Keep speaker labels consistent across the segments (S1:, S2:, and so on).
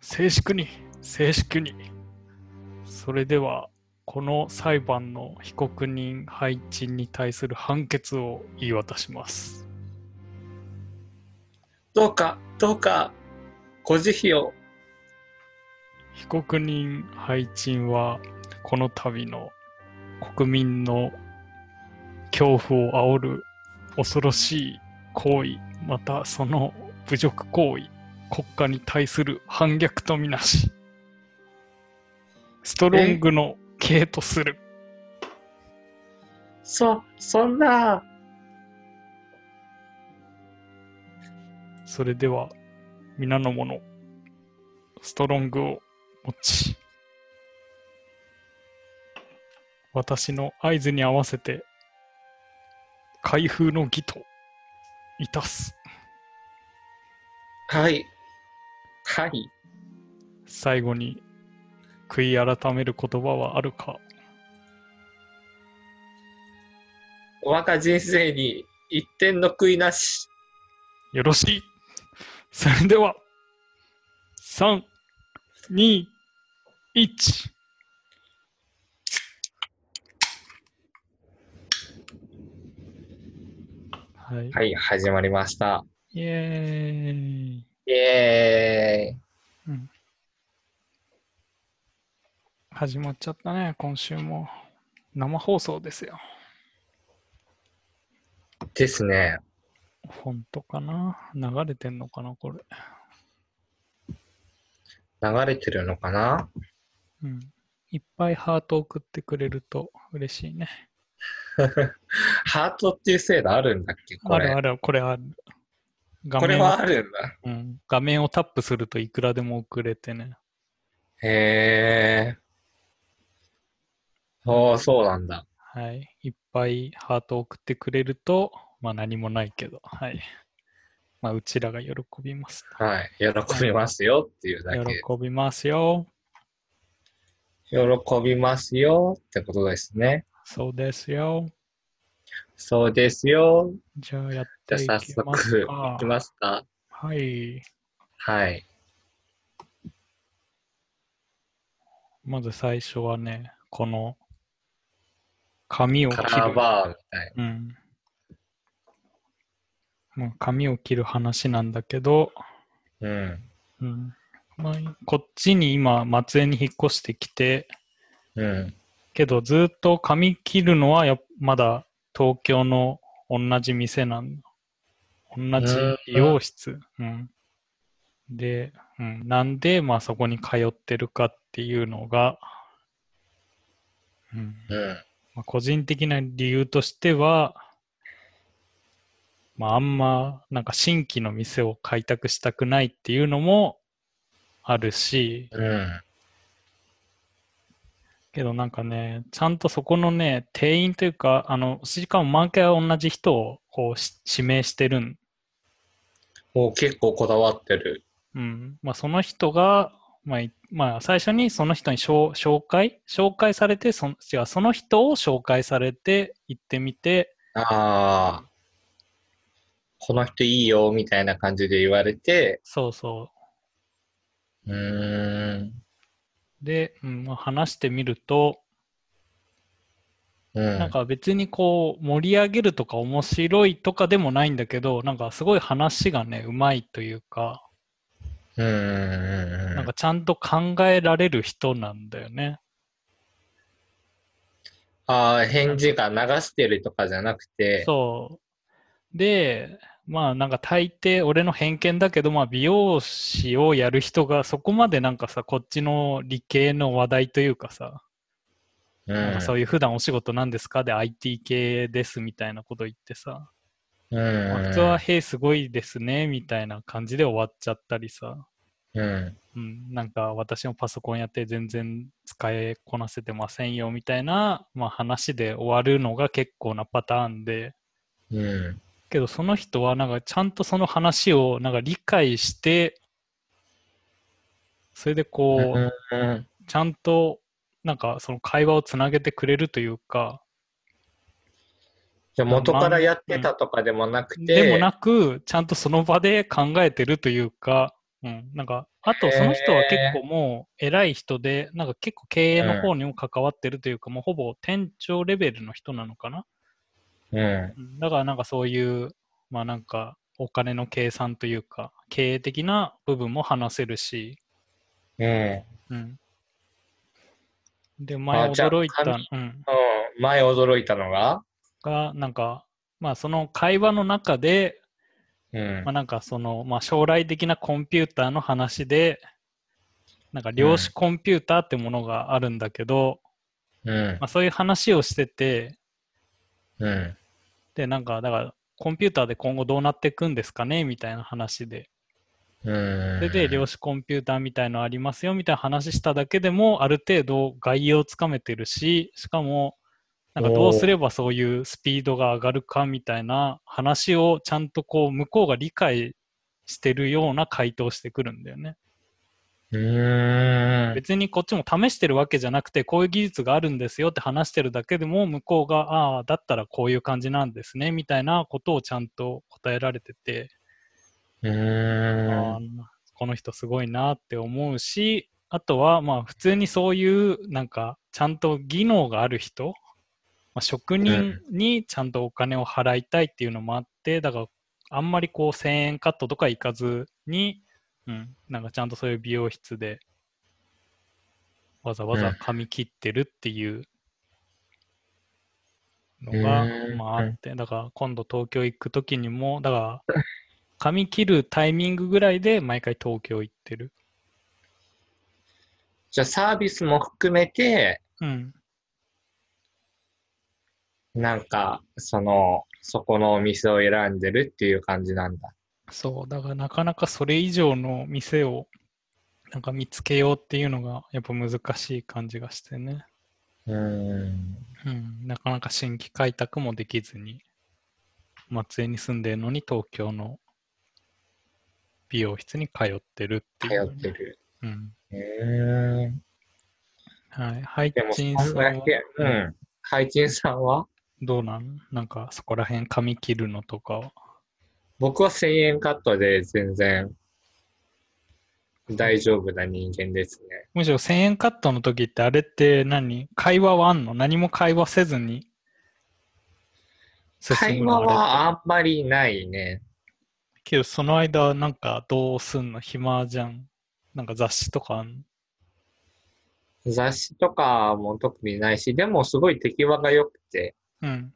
S1: 静粛に、静粛に。それでは、この裁判の被告人配置に対する判決を言い渡します。
S2: どうか、どうか、ご慈悲を。
S1: 被告人配置は、この度の国民の恐怖を煽る恐ろしい行為、またその侮辱行為、国家に対する反逆とみなし、ストロングの刑とする。
S2: そ、そんな、
S1: それでは、皆の者、ストロングを持ち、私の合図に合わせて、開封の儀といたす。
S2: はい。はい。
S1: 最後に、悔い改める言葉はあるか、
S2: 我が人生に一点の悔いなし。
S1: よろしい。それでは、3、2、1。はい。
S2: はい、始まりました。
S1: イエーイ。
S2: イエーイ。
S1: 始まっちゃったね、今週も。生放送ですよ。
S2: ですね。
S1: フォントかな流れてんのかな、これ。
S2: 流れてるのかな
S1: うん。いっぱいハート送ってくれると嬉しいね。
S2: ハートっていう制度あるんだっけこ
S1: あ
S2: れ。
S1: るある、これある。画
S2: これ
S1: 面
S2: は
S1: を、
S2: あるんだ。
S1: うん、画面をタップするといくらでも送れてね。
S2: へえ。おー、そうなんだ。
S1: はい。いっぱいハート送ってくれると、まあ何もないけど、はい。まあうちらが喜びます。
S2: はい。喜びますよっていうだ
S1: 喜
S2: け。
S1: びますよ。
S2: 喜びますよってことですね。
S1: そうですよ。
S2: そうですよ。
S1: じゃあやっ
S2: じ
S1: ていき
S2: ゃあ
S1: ま
S2: 早
S1: すか。
S2: 速いきますか。
S1: はい。
S2: はい。
S1: まず最初はね、この髪を切
S2: カ
S1: る。
S2: ラーバーみたい
S1: うん。まあ、髪を切る話なんだけど、
S2: な。うん。
S1: うんまあ、こっちに今、松江に引っ越してきて、
S2: うん。
S1: けどずっと髪切るのはやっまだ東京の同じ店なん同じ美容室。うん、で、うん、なんで、まあ、そこに通ってるかっていうのが、うん
S2: うん。
S1: まあ、個人的な理由としては、まあ、あんまなんか新規の店を開拓したくないっていうのもあるし、
S2: うん。
S1: けどなんかね、ちゃんとそこのね、店員というか、あの、しかも毎回同じ人をこうし指名してるん。
S2: もう結構こだわってる。
S1: うん。まあ、その人が、まあ、いまあ、最初にその人に紹紹介紹介されてその、違う、その人を紹介されて行ってみて、
S2: ああ。この人いいよみたいな感じで言われて、
S1: そうそう、
S2: うーん。
S1: で、うんまあ、話してみると、
S2: う
S1: なん
S2: ん。
S1: か別にこう盛り上げるとか面白いとかでもないんだけど、なんかすごい話がね、うまいというか、
S2: うんうんう
S1: なん
S2: ん
S1: かちゃんと考えられる人なんだよね。
S2: ああ、返事が流してるとかじゃなくて、
S1: そう。で、まあなんか大抵俺の偏見だけど、まあ美容師をやる人がそこまでなんかさ、こっちの理系の話題というかさ、
S2: う
S1: なん
S2: ん
S1: かそういう普段お仕事なんですかで IT 系ですみたいなこと言ってさ、
S2: うんうん
S1: まあ普通は「へえすごいですね」みたいな感じで終わっちゃったりさ、
S2: うん
S1: うん、なんか私もパソコンやって全然使いこなせてませんよみたいな、まあ、話で終わるのが結構なパターンで
S2: うん
S1: けどその人はなんかちゃんとその話をなんか理解してそれでこう、
S2: うん
S1: ちゃんとなんかその会話をつなげてくれるというか
S2: じゃあ元からやってたとかでもなくて、
S1: でもなくちゃんとその場で考えてるというかうん、なんか、あとその人は結構もう偉い人で、なんか結構経営の方にも関わってるというか、もうほぼ店長レベルの人なのかな。
S2: うん。
S1: うんだからなんかそういう、まあなんかお金の計算というか、経営的な部分も話せるし、
S2: うん。
S1: うん。で、前
S2: あじゃあ
S1: 驚いた、
S2: 紙
S1: うん、
S2: うん、前驚いたのが、
S1: が、なんか、まあその会話の中で、
S2: うん
S1: まあ、なんかその、まあ、将来的なコンピューターの話で、なんか量子コンピューターってものがあるんだけど、
S2: うん
S1: まあ、そういう話をしてて、
S2: うん
S1: で、なんか、だから、コンピューターで今後どうなっていくんですかねみたいな話で。
S2: うん
S1: それで、量子コンピューターみたいのありますよみたいな話しただけでも、ある程度概要をつかめてるし、しかも、なんかどうすればそういうスピードが上がるかみたいな話をちゃんとこう、向こうが理解してるような回答をしてくるんだよね。
S2: うん
S1: 別にこっちも試してるわけじゃなくてこういう技術があるんですよって話してるだけでも向こうがああだったらこういう感じなんですねみたいなことをちゃんと答えられてて、あ
S2: う
S1: ーこの人すごいなって思うしあとはまあ普通にそういうなんかちゃんと技能がある人、まあ、職人にちゃんとお金を払いたいっていうのもあってだからあんまりこう1000円カットとかいかずに、うん、なんかちゃんとそういう美容室でわざわざ髪切ってるっていうのが、
S2: うん
S1: まああって、だから今度東京行くときにも、だから髪切るタイミングぐらいで毎回東京行ってる。
S2: じゃあサービスも含めて、
S1: うん。
S2: なんか、その、そこのお店を選んでるっていう感じなんだ。
S1: そう、だからなかなかそれ以上の店をなんか見つけようっていうのがやっぱ難しい感じがしてね。
S2: うん。
S1: うん、なかなか新規開拓もできずに、松江に住んでるのに東京の美容室に通ってるって
S2: 通
S1: いう、
S2: ってる。
S1: うん。
S2: うん。
S1: はい。ハイ
S2: でも、
S1: チン
S2: そ
S1: さ
S2: ん
S1: ん
S2: だ
S1: は
S2: け、うん。配信さんは
S1: どうなんなんかそこら辺髪切るのとかは。
S2: 僕は1000円カットで全然大丈夫な人間ですね。
S1: むしろ1000円カットの時ってあれって何会話はあんの何も会話せずに
S2: 会
S1: 進むの
S2: 話
S1: あれ。
S2: はあんまりないね。
S1: けどその間なんかどうすんの暇じゃん。なんか雑誌とかあんの
S2: 雑誌とかも特にないし、でもすごい手際が良くて、
S1: うん。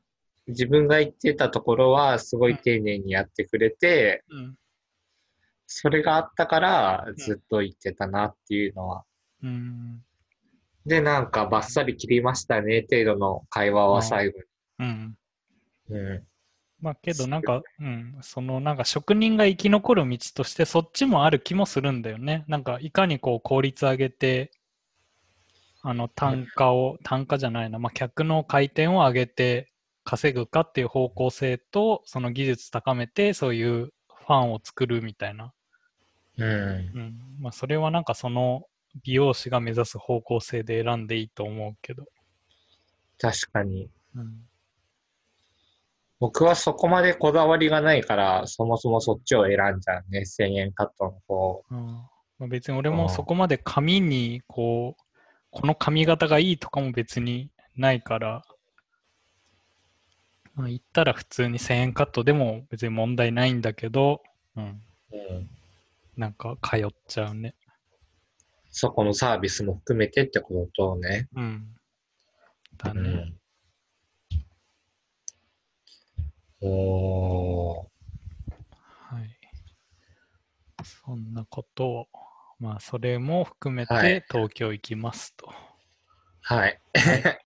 S2: 自分が行ってたところはすごい丁寧にやってくれて、
S1: うん。
S2: それがあったからずっと行ってたなっていうのは。
S1: うん。
S2: で、なんかバッサリ切りましたね程度の会話は最後
S1: うん。
S2: に。う
S1: まあけどなんか、うん、そのなんか職人が生き残る道としてそっちもある気もするんだよね。なんかいかにこう効率上げて、あの単価を、単価じゃないな、まあ客の回転を上げて稼ぐかっていう方向性と、その技術高めてそういうファンを作るみたいな。
S2: ん。う
S1: うん。まあそれはなんかその美容師が目指す方向性で選んでいいと思うけど。
S2: ん。確かに。
S1: うん。
S2: 僕はそこまでこだわりがないから、そもそもそっちを選んじゃうね。1000円カットの方。
S1: うんまあ、別に俺もそこまで髪にこうこの髪型がいいとかも別にないから、まあ、言ったら普通に1000円カットでも別に問題ないんだけど、うん、
S2: うん。
S1: なんか通っちゃうね。
S2: そこのサービスも含めてってことね。
S1: うん、だ
S2: う
S1: ね。
S2: ん。おー。
S1: はい。そんなことを、まあそれも含め
S2: は
S1: て
S2: い
S1: 東京行きますと。
S2: はい。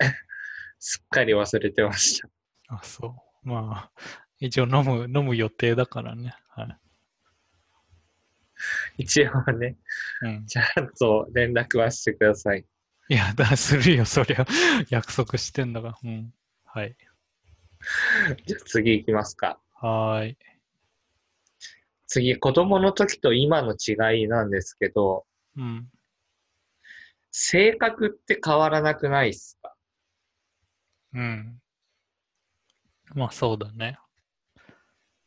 S2: すっかり忘れてました。
S1: あ、そう。まあ一応飲む、飲む予定だからね。はい。
S2: 一応ね、
S1: うん
S2: ちゃんと連絡はしてください。
S1: いや、だ、するよ、そりゃ。 約束してんだから。うん。はい。
S2: じゃあ次行きますか。
S1: はーい。
S2: 次、子供の時と今の違いなんですけど、
S1: うん。
S2: 性格って変わらなくないっすか
S1: うん。まあ、そうだね。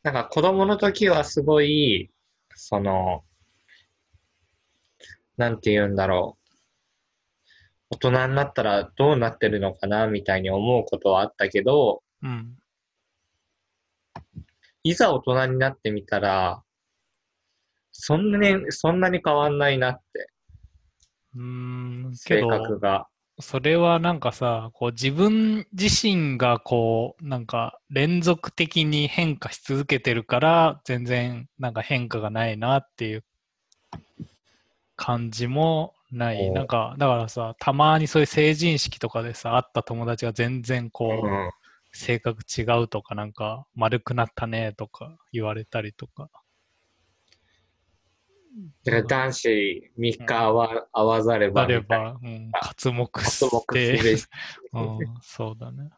S2: なんか子供の時はすごい、その、なんて言うんだろう。大人になったらどうなってるのかな、みたいに思うことはあったけど、
S1: うん。
S2: いざ大人になってみたら、そんなに、そんなに変わんないなって、
S1: うーん、け
S2: 性
S1: ど、
S2: 格が。
S1: それはなんかさ、こう自分自身がこう、なんか連続的に変化し続けてるから、全然なんか変化がないなっていう感じもない。
S2: おう
S1: なんか、だからさ、たまにそういう成人式とかでさ、会った友達が全然
S2: う
S1: こう、
S2: ん。
S1: 性格違うとか、なんか丸くなったねとか言われたりとか。
S2: だから男子3日会わ,、会わざれば
S1: なれ
S2: みたいな。
S1: ば、うん、
S2: あ
S1: 活目
S2: 発
S1: し
S2: 目
S1: て
S2: す、るし
S1: うん、そうだね。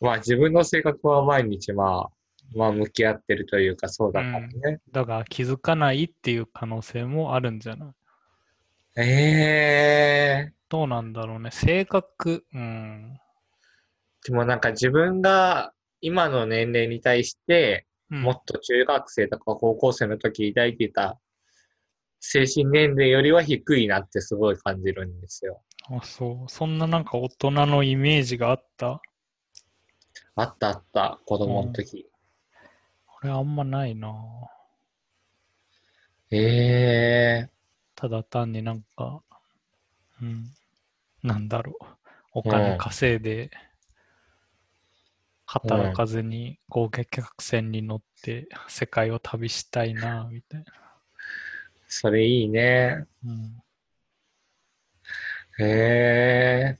S2: まあ自分の性格は毎日まあ、まあ向き合ってるというかそうだからね。
S1: だが気づかないっていう可能性もあるんじゃない
S2: ええ
S1: どうなんだろうね。性格、うん。
S2: でもなんか自分が今の年齢に対して、
S1: うん
S2: もっと中学生とか高校生の時抱いてた精神年齢よりは低いなってすごい感じるんですよ。
S1: あそう。そんななんか大人のイメージがあった
S2: あったあった、子供の時。
S1: 俺あんまないな
S2: ええ
S1: ただ単になんか、うん。なんだろう。お金稼いで、働かずに豪華客船に乗って世界を旅したいなみたいな。
S2: それいいね。
S1: うん
S2: へ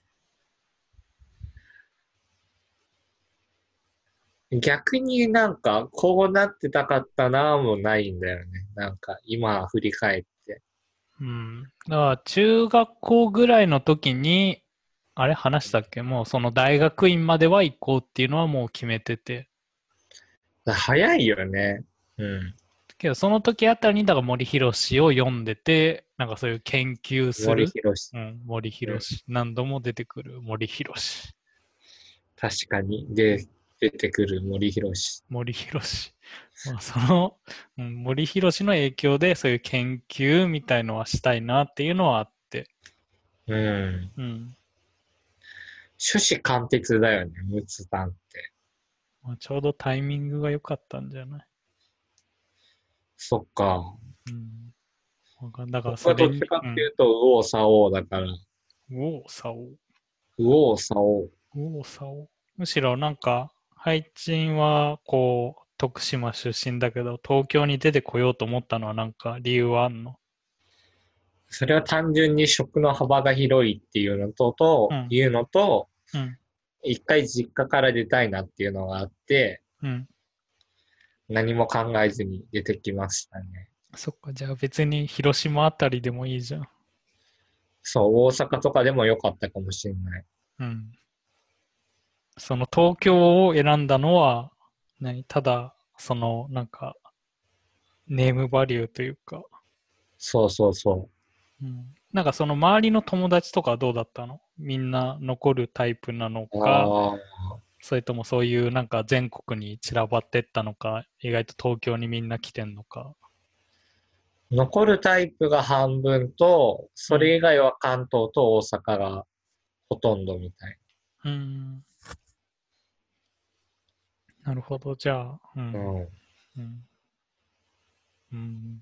S2: え。逆になんか、こうなってたかったなぁもないんだよね。なんか、今振り返って。
S1: うん。だから中学校ぐらいの時に、あれ話したっけもうその大学院までは行こうっていうのはもう決めてて。
S2: 早いよね。うん。
S1: けどその時あたりにだから森博氏を読んでて、なんかそういう研究す
S2: 森
S1: る。
S2: 博
S1: うん、森博氏。何度も出てくる森博氏。
S2: 確かに。で、出てくる森博
S1: 森博氏。まあ、その、うん、森博氏の影響でそういう研究みたいのはしたいなっていうのはあって。
S2: うん。
S1: うん。
S2: 趣旨貫徹だよね、ムツさんって。
S1: まあ、ちょうどタイミングが良かったんじゃない
S2: そっか。
S1: うん。わかんだから
S2: 僕はどっちかっていうと、右往左往だから、
S1: うん、右往左往。
S2: 右往左往。
S1: 右往左往。むしろなんか、ハイチンはこう、徳島出身だけど、東京に出てこようと思ったのはなんか理由はあんの
S2: それは単純に食の幅が広いっていうのと、と、
S1: うん
S2: いうのと、
S1: うん。
S2: 一回実家から出たいなっていうのがあって、
S1: うん。
S2: 何も考えずに出てきましたね。
S1: そっか、じゃあ別に広島あたりでもいいじゃん。
S2: そう、大阪とかでも良かったかもしれない。
S1: うん。その東京を選んだのは、何ただ、その、なんか、ネームバリューというか、
S2: そうそうそ
S1: うん、なんかその周りの友達とかはどうだったのみんな残るタイプなの
S2: う。
S1: か、
S2: ああ、
S1: それともそういうなんか全国に散らばってったのか、意外と東京にみんな来てんのか。
S2: 残るタイプが半分と、それ以外は関東と大阪がほとんどみたい。
S1: うん。なるほど、じゃあ。うん
S2: うん。
S1: うん。うん。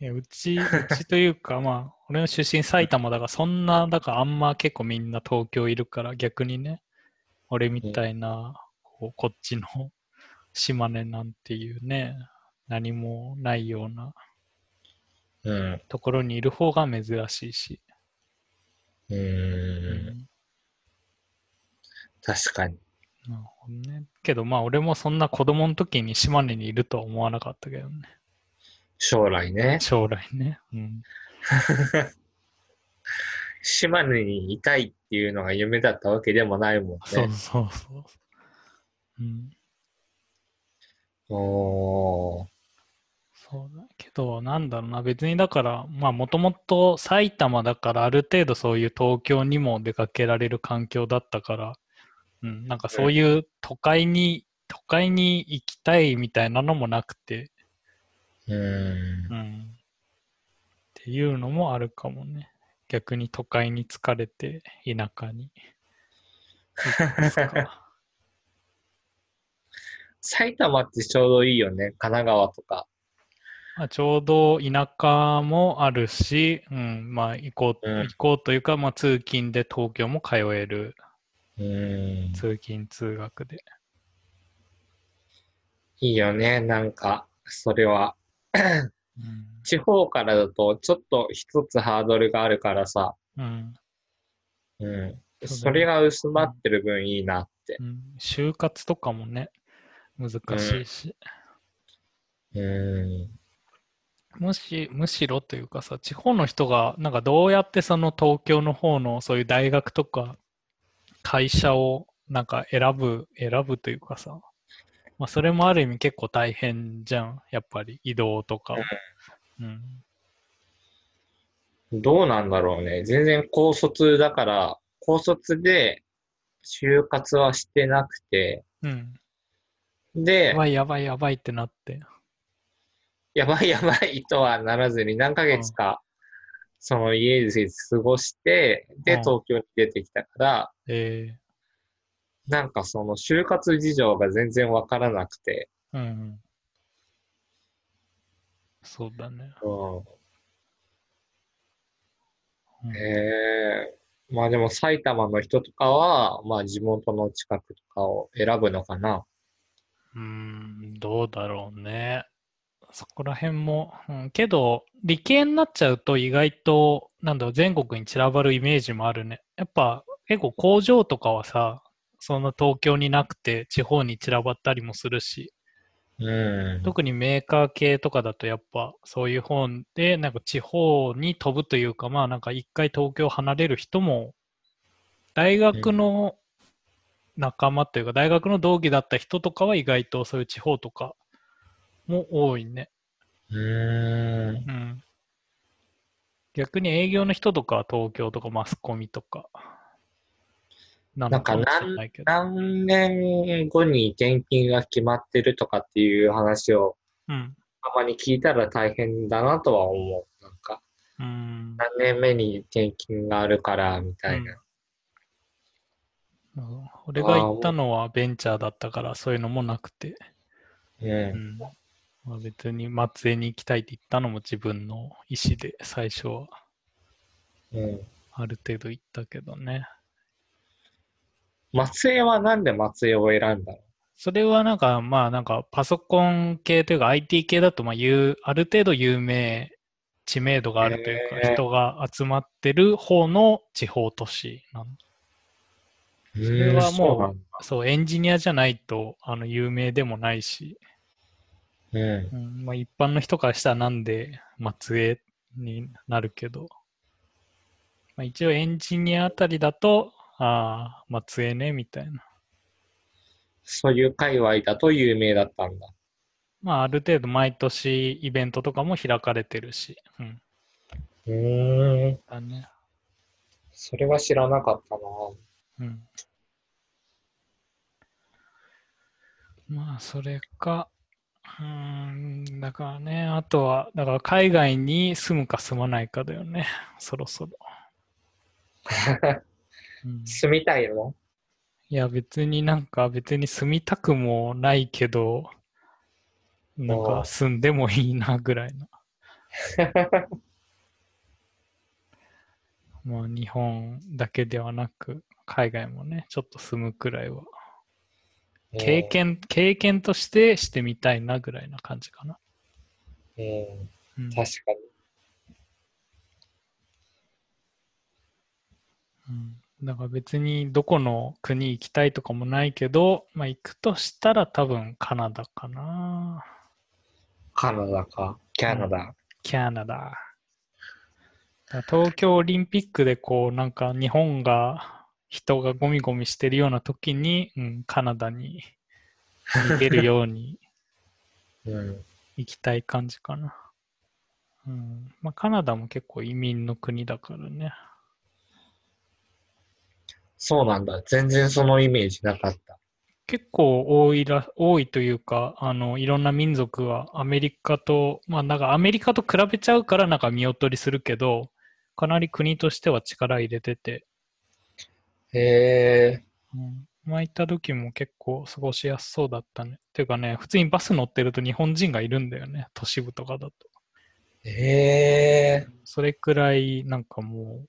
S1: いや、うち、うちという か、まあ、俺の出身埼玉だから、そんな、だからあんま結構みんな東京いるから、逆にね、俺みたいな、こうこっちの島根なんていうね、何もないような
S2: うん。
S1: ところにいる方が珍しいし。
S2: う
S1: う
S2: ーん。
S1: ん
S2: 確かに。
S1: なるほどね。けどまあ俺もそんな子供の時に島根にいるとは思わなかったけどね。
S2: 将来ね。
S1: 将来ね。うん。
S2: 島根にいたいっていうのが夢だったわけでもないもんね。
S1: そうそうそう。うん。
S2: おー
S1: そうだけど、なんだろうな、別にだから、まあ、もともと埼玉だから、ある程度そういう東京にも出かけられる環境だったから、うん、なんかそういう都会に、都会に行きたいみたいなのもなくて、
S2: うーん。
S1: うん。ってっていうのもあるかもね。逆に都会に疲れて田舎に。行くんですか
S2: 埼玉ってちょうどいいよね。神奈川とか。
S1: まあちょうど田舎もあるし、うん、まあ行こう、
S2: うん
S1: 行こうというか、まあ通勤で東京も通える。
S2: うん。
S1: 通勤通学で。
S2: いいよね。なんか、それは。
S1: うん。
S2: 地方からだと、ちょっと一つハードルがあるからさ。
S1: うん
S2: うん。
S1: ね
S2: それが薄まってる分いいなって。
S1: うん、就活とかもね、難しいし、
S2: うん。
S1: むし、むしろというかさ、地方の人が、なんかどうやってその東京の方のそういう大学とか会社をなんか選ぶ、選ぶというかさ、まあ、それもある意味結構大変じゃん、やっぱり移動とかを。うん。
S2: どうなんだろうね。全然高卒だから、高卒で就活はしてなくて、
S1: うん。
S2: で
S1: や、ばいやばいやばいってなって。
S2: やばいやばいとはならずに何ヶ月か、その家で過ごして、で、
S1: うん
S2: 東京に出てきたから、
S1: え
S2: なんかその就活事情が全然わからなくて、
S1: ー、うん。そうだね。
S2: う
S1: うん
S2: ん、えー、まあでも埼玉の人とかは、まあ地元の近くとかを選ぶのかな。
S1: うーん、どうだろうね。そこら辺も、うん、けど、理系になっちゃうと意外と、なんだろう、全国に散らばるイメージもあるね。やっぱ、結構工場とかはさ、そんな東京になくて地方に散らばったりもするし、
S2: うん。
S1: 特にメーカー系とかだとやっぱそういう本でなんか地方に飛ぶというかまあなんか一回東京離れる人も大学の仲間というか大学の同期だった人とかは意外とそういう地方とかも多いね。
S2: うーん。
S1: うん。逆に営業の人とかは東京とかマスコミとかな
S2: なんか
S1: もしれ
S2: 何
S1: ないけど。
S2: 何年後に転勤が決まってるとかっていう話を
S1: うん。
S2: たまに聞いたら大変だなとは思う。なんか、
S1: うん。
S2: 何年目に転勤があるから、みたいな。
S1: うん俺が行ったのはベンチャーだったからそういうのもなくて。
S2: うん。
S1: うんまあ、別に松江に行きたいって言ったのも自分の意思で最初は
S2: うん。
S1: ある程度行ったけどね。
S2: 松江はなんで松江を選んだの
S1: それはなんかまあなんかパソコン系というか IT 系だとまあ有ある程度有名知名度があるという
S2: へ
S1: か
S2: え
S1: 人が集まってる方の地方都市なの。
S2: そ
S1: れはもそうエンジニアじゃないとあの有名でもないし、
S2: うなんだ。
S1: うんまあ、一般の人からしたらなんで松江になるけど、まあ、一応エンジニアあたりだと、ああ、松江ねみたいな。
S2: そういう界隈だと有名だったんだ。
S1: まあ、ある程度毎年イベントとかも開かれてるし、うん。
S2: うーん。
S1: だね。
S2: それは知らなかったな。
S1: うん。まあ、それか、うーん、だからね、あとは、だから海外に住むか住まないかだよね、そろそろ。うん
S2: 住みたいの
S1: いや別になんか別に住みたくもないけど、なん
S2: あ
S1: か
S2: あ
S1: 住んでもいいなぐらい な。まあ日本だけではなく海外もね、ちょっと住むくらいは。経験、経験としてしてみたいなぐらいな感じかな。
S2: うん。うん。
S1: うん
S2: 確かに。
S1: うんだから別にどこの国行きたいとかもないけど、まあ行くとしたら多分カナダかな。
S2: カナダか。キャナダ。
S1: キャナダ。だから東京オリンピックでこうなんか日本が人がゴミゴミしてるような時に、うん、カナダに逃げるように
S2: うん。
S1: 行きたい感じかな。 うんまあ、カナダも結構移民の国だからね。
S2: そうなんだ。全然そのイメージなかった。
S1: 結構多いら、多いというか、あの、いろんな民族はアメリカと、まあなんかアメリカと比べちゃうからなんか見劣りするけど、かなり国としては力入れてて、
S2: へえ
S1: うん、前行った時も結構過ごしやすそうだったね。ていうかね、普通にバス乗ってると日本人がいるんだよね、都市部とかだと。
S2: ー、え
S1: それくらいなんかもう、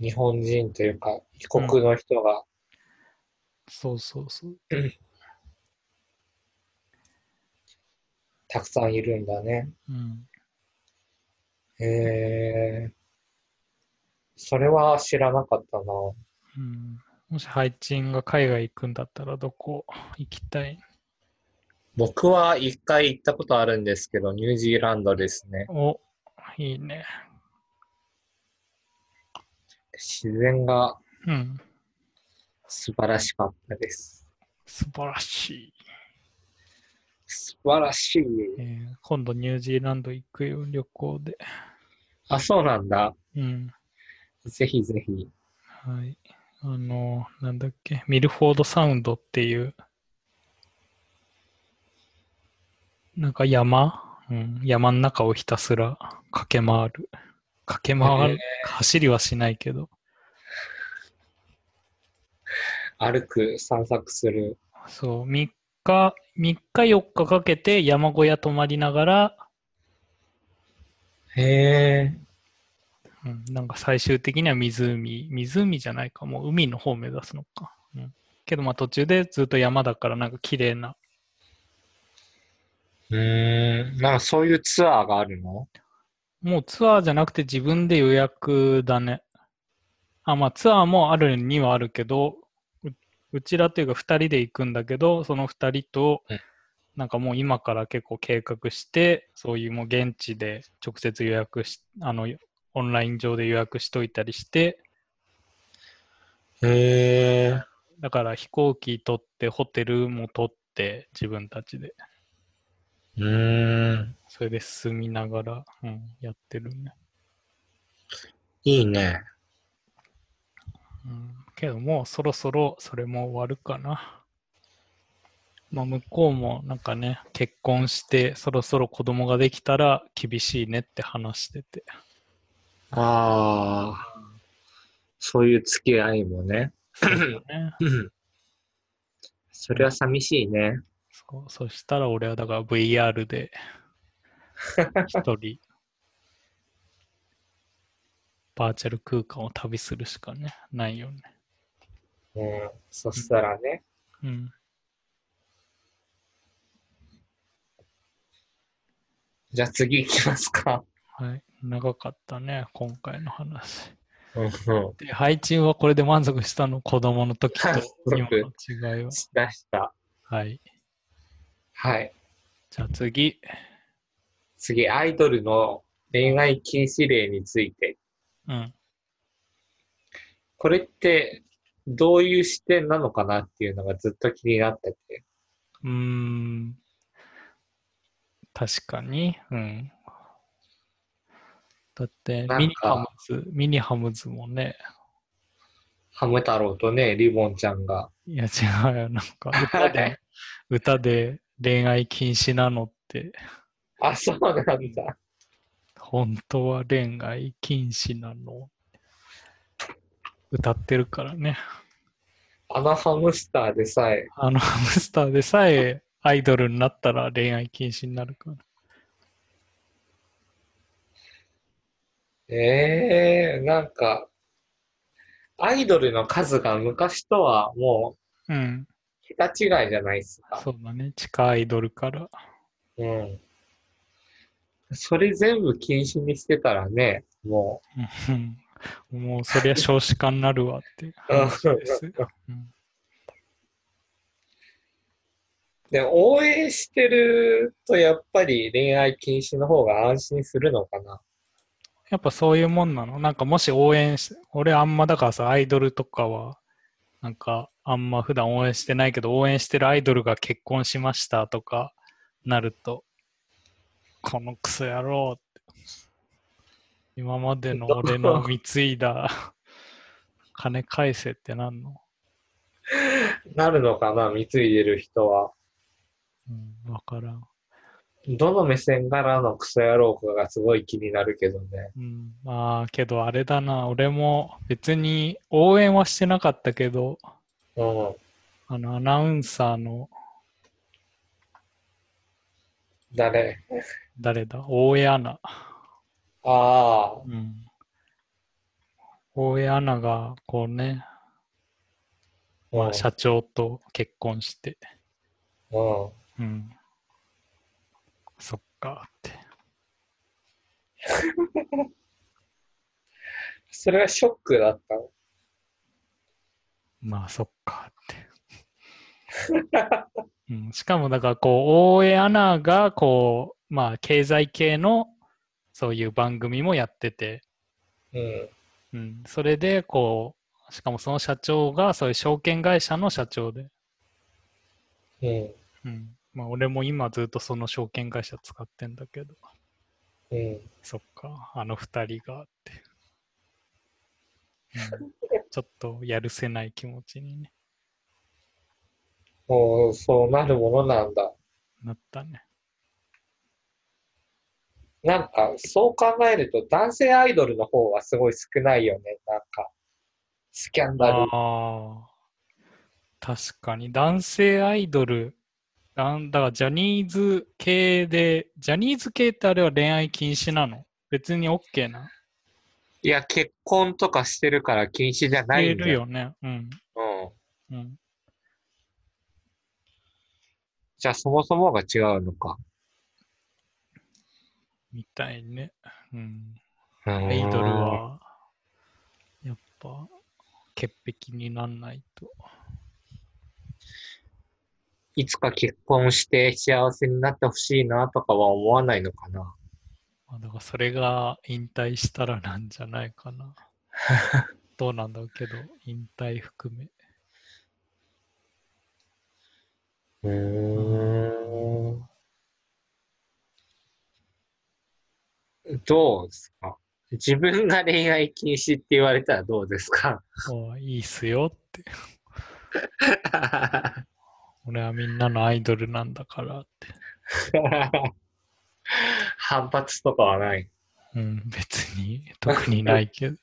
S2: ー、日本人というか、異国の人が、
S1: そうそうそう。
S2: たくさんいるんだね。
S1: うん。
S2: えー、それは知らなかったな。
S1: うん、もし配置が海外行くんだったらどこ行きたい
S2: 僕は一回行ったことあるんですけど、ニュージーランドですね。
S1: お、いいね。
S2: 自然が
S1: うん。
S2: 素晴らしかったです。
S1: 素晴らしい。
S2: 素晴らしい。
S1: えー今度ニュージーランド行くよ、旅行で。
S2: あ、そうなんだ。
S1: うん。
S2: ぜひぜひ。
S1: はい。あの、なんだっけ、ミルフォードサウンドっていう、なんか山、うん、山の中をひたすら駆け回る。駆け回る、走りはしないけど、
S2: 歩く、散策する。
S1: そう、3日、3日4日かけて山小屋泊まりながら、
S2: へえ。
S1: うん、なんか最終的には湖、湖じゃないか、もう海の方を目指すのか。うん、けどまあ途中でずっと山だからなんか綺麗な、
S2: うーん、なんかそういうツアーがあるの
S1: もうツアーじゃなくて自分で予約だね。あ、まあツアーもあるにはあるけど、ううちらというか2人で行くんだけど、その2人と
S2: うん、
S1: なんかもう今から結構計画して、そういうもう現地で直接予約し、あの、オンライン上で予約しといたりして、
S2: へえ。
S1: だから飛行機取って、ホテルも取って、自分たちで、
S2: うーん、
S1: それで進みながら、うん、やってるね。
S2: いいね。
S1: うん、けどもうそろそろそれも終わるかな。まあ向こうもなんかね、結婚してそろそろ子供ができたら厳しいねって話してて。
S2: ああ、そういう付き合いもね。
S1: そうだね
S2: うんそれは寂しいね。
S1: そうそしたら俺はだから VR で一人バーチャル空間を旅するしかね、ないよね。
S2: うん、そしたらね。
S1: うん。
S2: じゃあ次行きますか。
S1: はい。長かったね、今回の話。
S2: うんうん、
S1: で、配置はこれで満足したの子供の時と今の違いは。
S2: しました。
S1: はい。
S2: はい。
S1: じゃあ次。
S2: 次、アイドルの恋愛禁止令について。
S1: うん。
S2: これって、どういう視点なのかなっていうのがずっと気になってて。
S1: うーん。確かに。うん。だって
S2: なん、か
S1: ミニハムズ、ミニハムズもね、
S2: ハム太郎とね、リボンちゃんが。
S1: いや違うよ、なん か歌
S2: あれ
S1: で、歌で恋愛禁止なのって、
S2: あ、そうなんだ。
S1: 本当は恋愛禁止なの歌ってるからね。
S2: あのハムスターでさえ、
S1: あのハムスターでさえアイドルになったら恋愛禁止になるから。
S2: ええなんか、アイドルの数が昔とはもう、
S1: うん。
S2: 桁違いじゃないですか。
S1: そうだね。地下アイドルから。
S2: うん。それ全部禁止にしてたらね、も
S1: うんもうそりゃ少子化になるわって話ですよ。うん
S2: う。でも応援してるとやっぱり恋愛禁止の方が安心するのかな。
S1: やっぱそういうもんなのなんかもし応援し、俺あんまだからさ、アイドルとかは、なんかあんま普段応援してないけど、応援してるアイドルが結婚しましたとかなると、このクソ野郎って。 今までの俺の貢いだ金返せってなんの
S2: なるのかな、貢いでる人は。
S1: うん、わからん。
S2: どの目線からのクソ野郎かがすごい気になるけどね。
S1: うん、まあ、けどあれだな、俺も別に応援はしてなかったけど、
S2: うん。
S1: あの、アナウンサーの
S2: 誰
S1: 誰だ、大江アナ。
S2: ああ、
S1: うん。大江アナが、こうね、
S2: うん
S1: まあ、社長と結婚して、
S2: うん。
S1: うん。そっかって。
S2: それはショックだったの。
S1: まあそっかって、うん。しかもだからこう大江アナがこうまあ経済系のそういう番組もやってて、
S2: うん。
S1: うん、それでこうしかもその社長がそういう証券会社の社長で、
S2: うん。
S1: うんまあ、俺も今ずっとその証券会社使ってんだけど
S2: うん。
S1: そっかあの二人がって、うん、 ちょっとやるせない気持ちに、ね、
S2: もう、そうなるものなんだ。
S1: なったね。
S2: なんか、そう考えると、男性アイドルの方はすごい少ないよね。なんか、スキャンダル。
S1: ああ、確かに男性アイドル、なんだからジャニーズ系で、ジャニーズ系ってあれは恋愛禁止なの別に OK な。
S2: いや、結婚とかしてるから禁止じゃない
S1: い
S2: んだ
S1: る。よね。うん。
S2: うん。
S1: うん、
S2: じゃあ、そもそもが違うのか。
S1: みたいね。うん。
S2: ア
S1: アイドル。は、やっぱ、潔癖になんないと。
S2: いつか結婚して幸せになってほしいなとかは思わないのかな。
S1: まあ、だからそれが引退したらなんじゃないかな。どうなんだろうけど、引退含め。
S2: うーん。どうですか自分が恋愛禁止って言われたらどうですか
S1: おいいっすよって。俺はみんなのアイドルなんだからって。
S2: 反発とかはない。
S1: うん、別に特にないけど。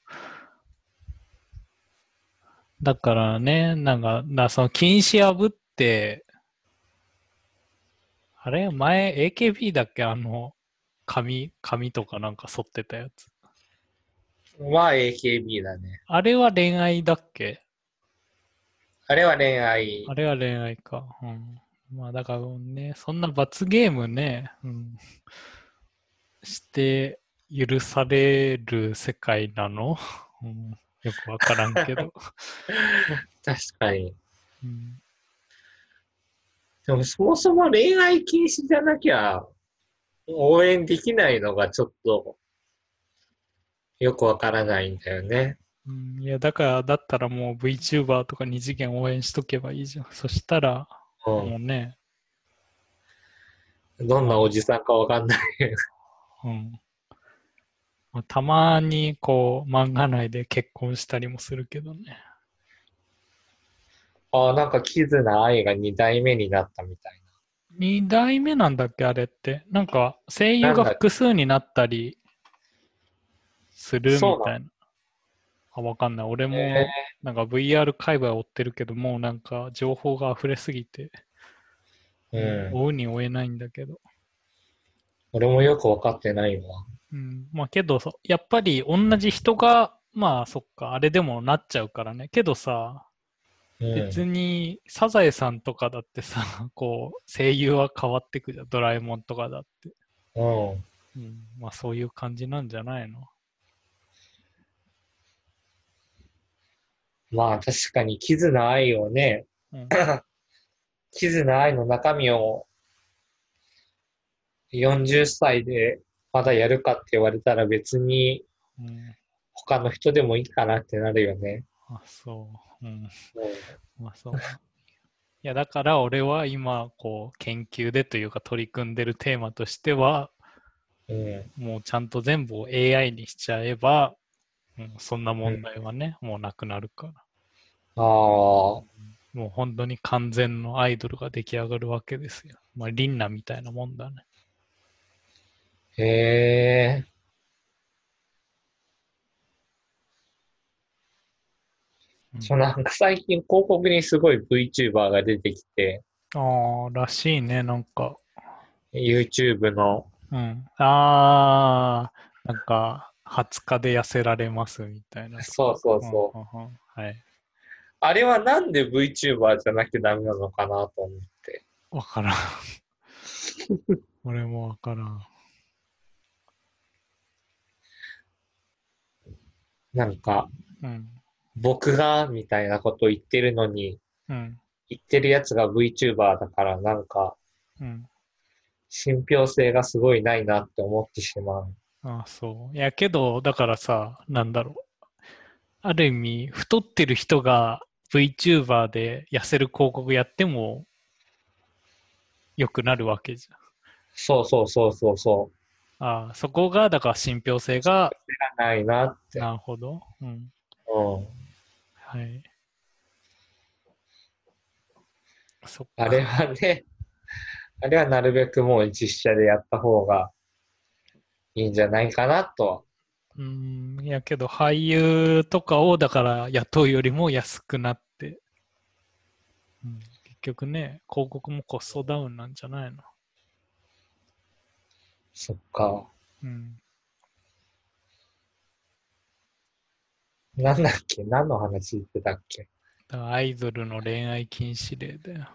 S1: だからね、なんか、なその禁止破って、あれ前 AKB だっけあの、髪、髪とかなんか剃ってたやつ。
S2: まあ AKB だね。
S1: あれは恋愛だっけ
S2: あれは恋愛
S1: あ。れは恋愛か。うん。まあだからね、そんな罰ゲームね、うん、して許される世界なの、うん、よくわからんけど。
S2: 確かに。
S1: うん、
S2: でもそもそも恋愛禁止じゃなきゃ応援できないのがちょっとよくわからないんだよね。
S1: うんいや、だから、だったらもう VTuber とか二次元応援しとけばいいじゃん。そしたら、
S2: う
S1: もうね、
S2: ん。どんなおじさんかわかんない。
S1: うん。まあ、たまに、こう、漫画内で結婚したりもするけどね。
S2: ああ、なんかキズな愛が2代目になったみたい
S1: 二代目なんだっけあれって。なんか声優が複数になったりするみ
S2: そう
S1: たいな。あ、わかんない。俺
S2: な。
S1: も
S2: え
S1: なんか VR 界隈追ってるけど、もうなんか情報が溢れすぎて、
S2: ーうん。
S1: 追うに追えないんだけど。
S2: 俺もよくわかってないわ。
S1: うん、まあけどそ、やっぱり同じ人が、まあそっか、あれでもなっちゃうからね。けどさ、
S2: うん。
S1: 別にサザエさんとかだってさ、こう声優は変わってくじゃん。ドラえもんとかだって。
S2: うん。
S1: うん、まあそういう感じなんじゃないの
S2: まあ確かにキズな愛をね、
S1: うん、
S2: キズな愛の中身を40歳でまだやるかって言われたら別に
S1: うん
S2: 他の人でもいいかなってなるよね。
S1: あ、そう。うん。
S2: うん
S1: まあそう。いや、だから俺は今、こう、研究でというか取り組んでるテーマとしては、
S2: うん、
S1: もうちゃんと全部を AI にしちゃえば、うん、そんな問題はね、もうなくなるから。
S2: ああ、
S1: もう本当に完全のアイドルが出来上がるわけですよ。まあ、リンナみたいなもんだね。
S2: へえ。
S1: うん
S2: そうなんか最近広告にすごい VTuber が出てきて、
S1: ああ、らしいね、なんか。
S2: YouTube の、
S1: うん。ああ、なんか、20日で痩せられますみたいな。。
S2: そうそうそう
S1: うんうんうんはい。
S2: あれはなんで VTuber じゃなきゃダメなのかなと思って。
S1: わからん。 俺もわからん。
S2: なんか、
S1: うん。
S2: 僕がみたいなこと言ってるのに、
S1: うん。
S2: 言ってるやつが VTuber だからなんか、
S1: うん。
S2: 信憑性がすごいないなって思ってしまう。
S1: ああ、そう。いや、けど、だからさ、なんだろう。ある意味、太ってる人が VTuber で痩せる広告やっても、良くなるわけじ
S2: そうそうそうそうそう。
S1: ゃん。ああ、そこが、だから信憑性が、
S2: ないなって。
S1: なるほど。うん。
S2: うん。
S1: はい。そっか。
S2: あれはね、あれはなるべくもう実写でやった方がいいんじゃないかなと。
S1: うーん、いやけど俳優とかをだから雇うよりも安くなって、うん、結局ね、広告もコストダウンなんじゃないの。
S2: そっか。
S1: うん、
S2: なんだっけ何の話言ってたっけ
S1: だからアイドルの恋愛禁止令だよ。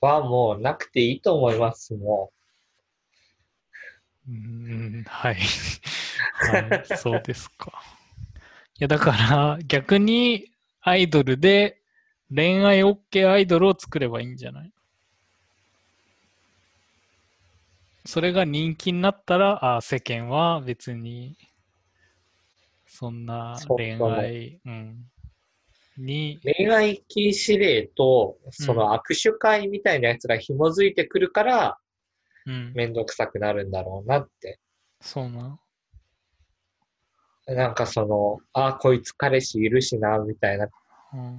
S2: はもうなくていいと思います、も
S1: うーん、はい。はい、そうですか。いや、だから逆にアイドルで恋愛 OK アイドルを作ればいいんじゃないそれが人気になったら、あ世間は別にそんな恋愛、うん、に、
S2: う。恋愛禁止令と、その握手会みたいなやつが紐づいてくるから、
S1: うん、
S2: めんどくさくなるんだろうなって。
S1: そうなん。
S2: なんかその、あ、こいつ彼氏いるしな、みたいな
S1: うん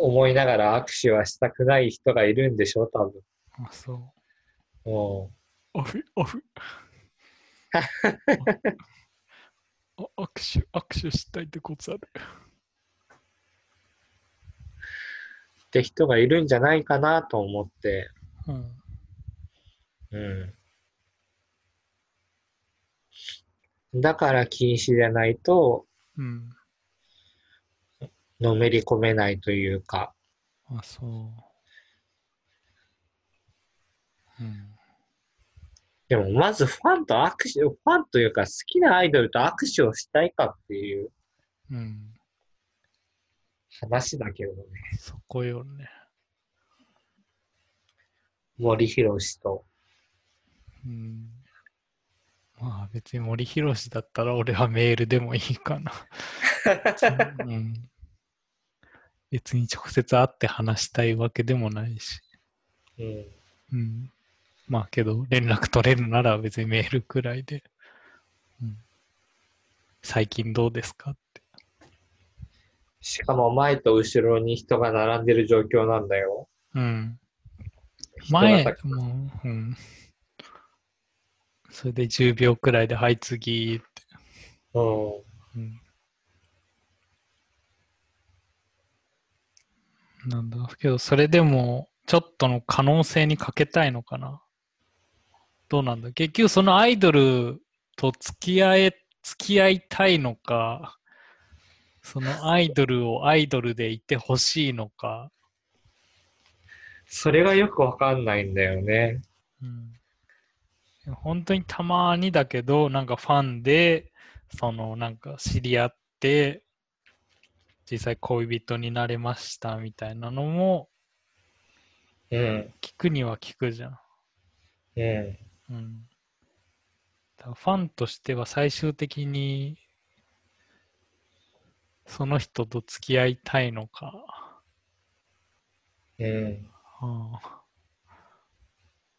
S2: 思いながら握手はしたくない人がいるんでしょ、多
S1: あ、そう。
S2: 分。うん。
S1: オフ、オ フ。あ握手、握手したいでござる。
S2: って人がいるんじゃないかなと思って、
S1: うん。
S2: うん。だから禁止じゃないと、
S1: うん。
S2: のめり込めないというか、
S1: あ、そう。うん。
S2: でもまずファンと握手、ファンというか好きなアイドルと握手をしたいかっていう
S1: うん。
S2: 話だけどね。
S1: そこよね。
S2: 森博氏と。
S1: うん。まあ別に森博氏だったら俺はメールでもいいか な。うん。別に直接会って話したいわけでもないし。
S2: うん。
S1: うん。まあけど、連絡取れるなら別にメールくらいで、うん、最近どうですかって。
S2: しかも前と後ろに人が並んでる状況なんだよ。
S1: うん。
S2: 人が
S1: 前
S2: さ、
S1: もう、うん。それで10秒くらいで、はい、次って。
S2: うん。
S1: うん。なんだけど、それでも、ちょっとの可能性にかけたいのかな。どうなんだ結局、そのアイドルと付き合え、付き合いたいのか、そのアイドルをアイドルでいてほしいのか、
S2: それがよくわかんないんだよね。
S1: うん、本当にたまにだけど、なんかファンで、そのなんか知り合って、実際恋人になれましたみたいなのも
S2: うん。
S1: 聞くには聞くじゃん。
S2: う
S1: う
S2: ん。
S1: ん、だからファンとしては最終的にその人と付き合いたいのか、
S2: うん。
S1: はあ、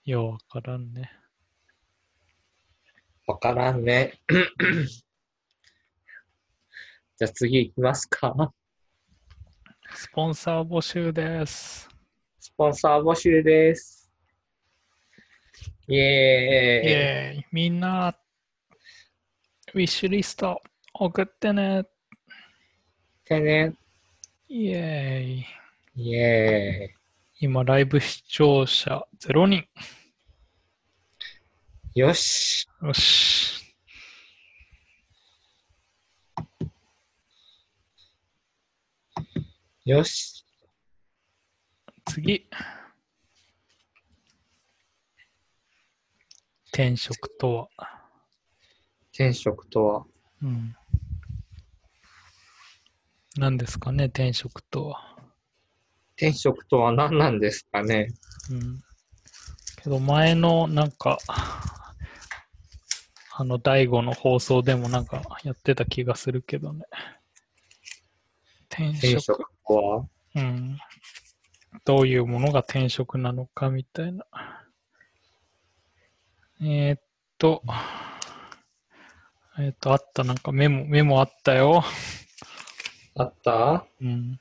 S1: ようわからんね。
S2: わからんね。 じゃあ次行きますか。
S1: スポンサー募集です。
S2: スポンサー募集です。イ
S1: イ
S2: エーイ。
S1: ェーイ。みんな、ウィッシュリスト送ってね。
S2: てね。
S1: イェーイ。
S2: イエ
S1: 今、ライブ視聴者0人。
S2: ーイ。よし。
S1: よし。
S2: よし。
S1: 次。転職とは。
S2: 転職とは。
S1: うん。何ですかね、転職とは。
S2: 転職とは何なんですかね。
S1: うん。けど、前の、なんか、あの、第5の放送でもなんかやってた気がするけどね。転職。
S2: 転職とは。
S1: うん。どういうものが転職なのかみたいな。えー、っと、えー、っと、あった、なんかメモ、メモあったよ。
S2: あった
S1: うん。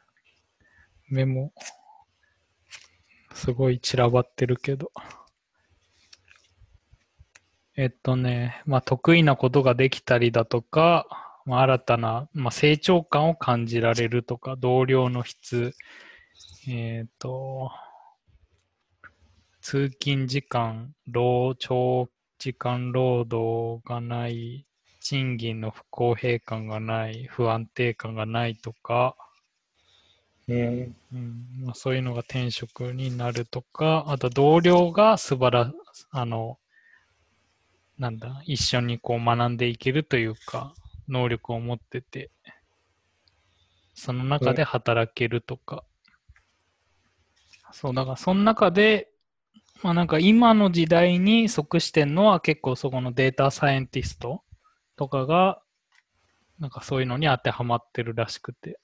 S1: メモ。すごい散らばってるけど。えっとね、まあ、得意なことができたりだとか、まあ、新たな、まあ、成長感を感じられるとか、同僚の質、えっと、通勤時間、労長時間労働がない、賃金の不公平感がない、不安定感がないとか、
S2: うん。
S1: うんまあ、そういうのが転職になるとか、あと同僚が素晴ら、あの、なんだ、一緒にこう学んでいけるというか、能力を持ってて、その中で働けるとか。そう、だからその中で、まあなんか今の時代に即してんのは結構そこのデータサイエンティストとかが、なんかそういうのに当てはまってるらしくて。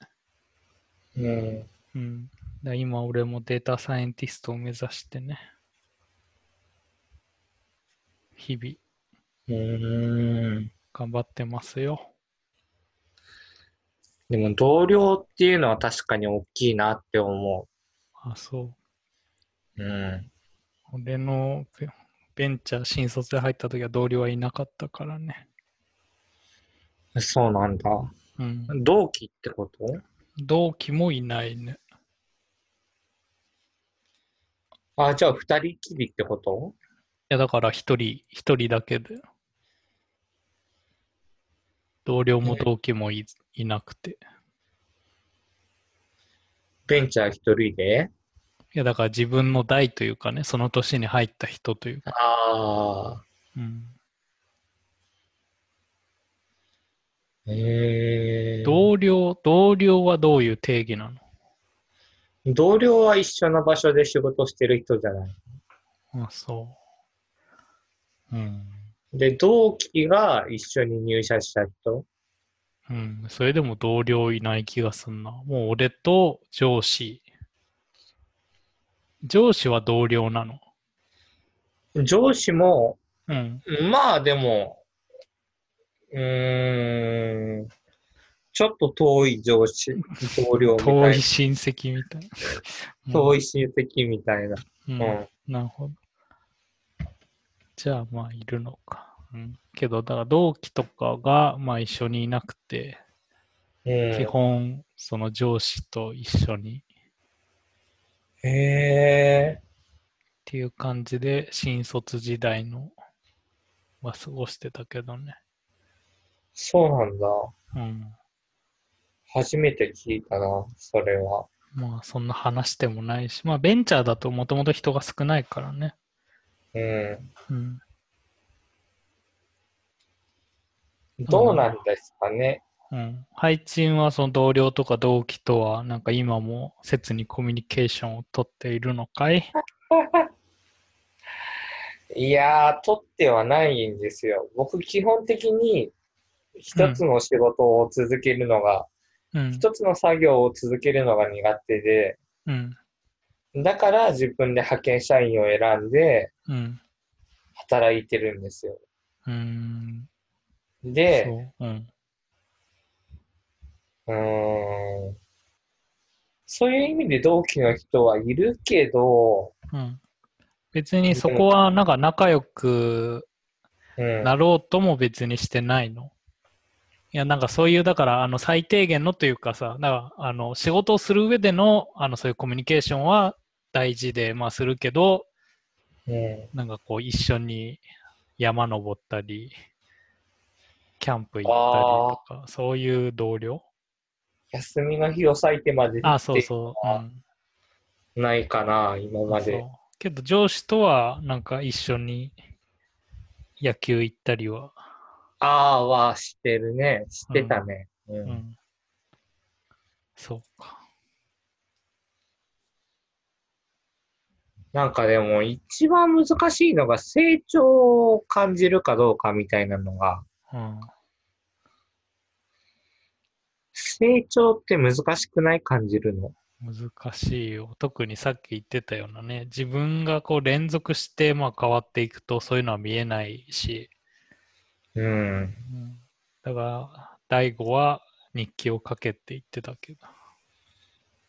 S2: うん。
S1: うん。だから今俺もデータサイエンティストを目指してね。日々
S2: うん。
S1: 頑張ってますよ。
S2: でも同僚っていうのは確かに大きいなって思
S1: あ、そう。
S2: う。うん。
S1: 俺のベベンチャー新卒で入った時は同僚はいなかったからね。
S2: そうなんだ。
S1: うん。
S2: 同期ってこと
S1: 同期もいないね。
S2: あ、じゃあ二人きりってこと
S1: いやだから一人、一人だけで。同僚も同期もいいなくて。
S2: ベンチャー一人で
S1: いやだから自分の代というかね、その年に入った人というか。
S2: ああ。
S1: うん
S2: へえ。
S1: 同僚、同僚はどういう定義な
S2: 同僚は一緒の場所で仕事してる人じゃない。
S1: のあ、そう。うん。
S2: で、同期が一緒に入社した人
S1: うん。それでも同僚いない気がすんな。もう俺と上司。上司は同僚なの。
S2: 上司も、
S1: うん。
S2: まあでも、うーん、ちょっと遠い上司、同僚みたいな。
S1: 遠い親戚みたい な。
S2: 遠
S1: い。
S2: い親戚みたいな。
S1: うん。
S2: うん。
S1: なるほど。じゃあまあいるのか。うん。けど、だから同期とかがまあ一緒にいなくて、
S2: うん、
S1: 基本その上司と一緒に
S2: へえ。
S1: っていう感じで新卒時代のは過ごしてたけどね。
S2: そうなんだ。
S1: うん。
S2: 初めて聞いたな、それは。
S1: まあそんな話してもないし、まあベンチャーだともともと人が少ないからね。
S2: うん。
S1: うん。
S2: どうなんですかね。
S1: うん。配置はその同僚とか同期とはなんか今も切にコミュニケーションをとっているのかい
S2: いやー、取ってはないんですよ。僕、基本的に、一つの仕事を続けるのが、
S1: うん。
S2: 一つの作業を続けるのが苦手で、
S1: うん。
S2: だから自分で派遣社員を選んで
S1: うん。
S2: 働いてるんですよ。
S1: うん。
S2: で、
S1: そう。うん。
S2: うーん、そういう意味で同期の人はいるけど、
S1: うん、別にそこはなんか仲良く
S2: うん。
S1: なろうとも別にしてないの。いや、なんかそういう、だから、あの、最低限のというかさ、だから、あの、仕事をする上での、あの、そういうコミュニケーションは大事で、まあ、するけど、
S2: うん
S1: なんかこう、一緒に山登ったり、キャンプ行ったりとか、そういう同僚
S2: 休みの日を割いてまで
S1: あ、そうそう。うん
S2: ないかな、今ま
S1: そ
S2: で
S1: う。けど上司とはなんか一緒に野球行ったりは、
S2: ああはしてるね。してたね。う。
S1: うんん、そうか
S2: なんかでも一番難しいのが成長を感じるかどうかみたいなのが、
S1: うん
S2: 成長って難しくない感じるの。
S1: 難しいよ特にさっき言ってたようなね自分がこう連続してまあ変わっていくとそういうのは見えないし、
S2: うん。
S1: うんだから大悟は日記を書けって言ってたけど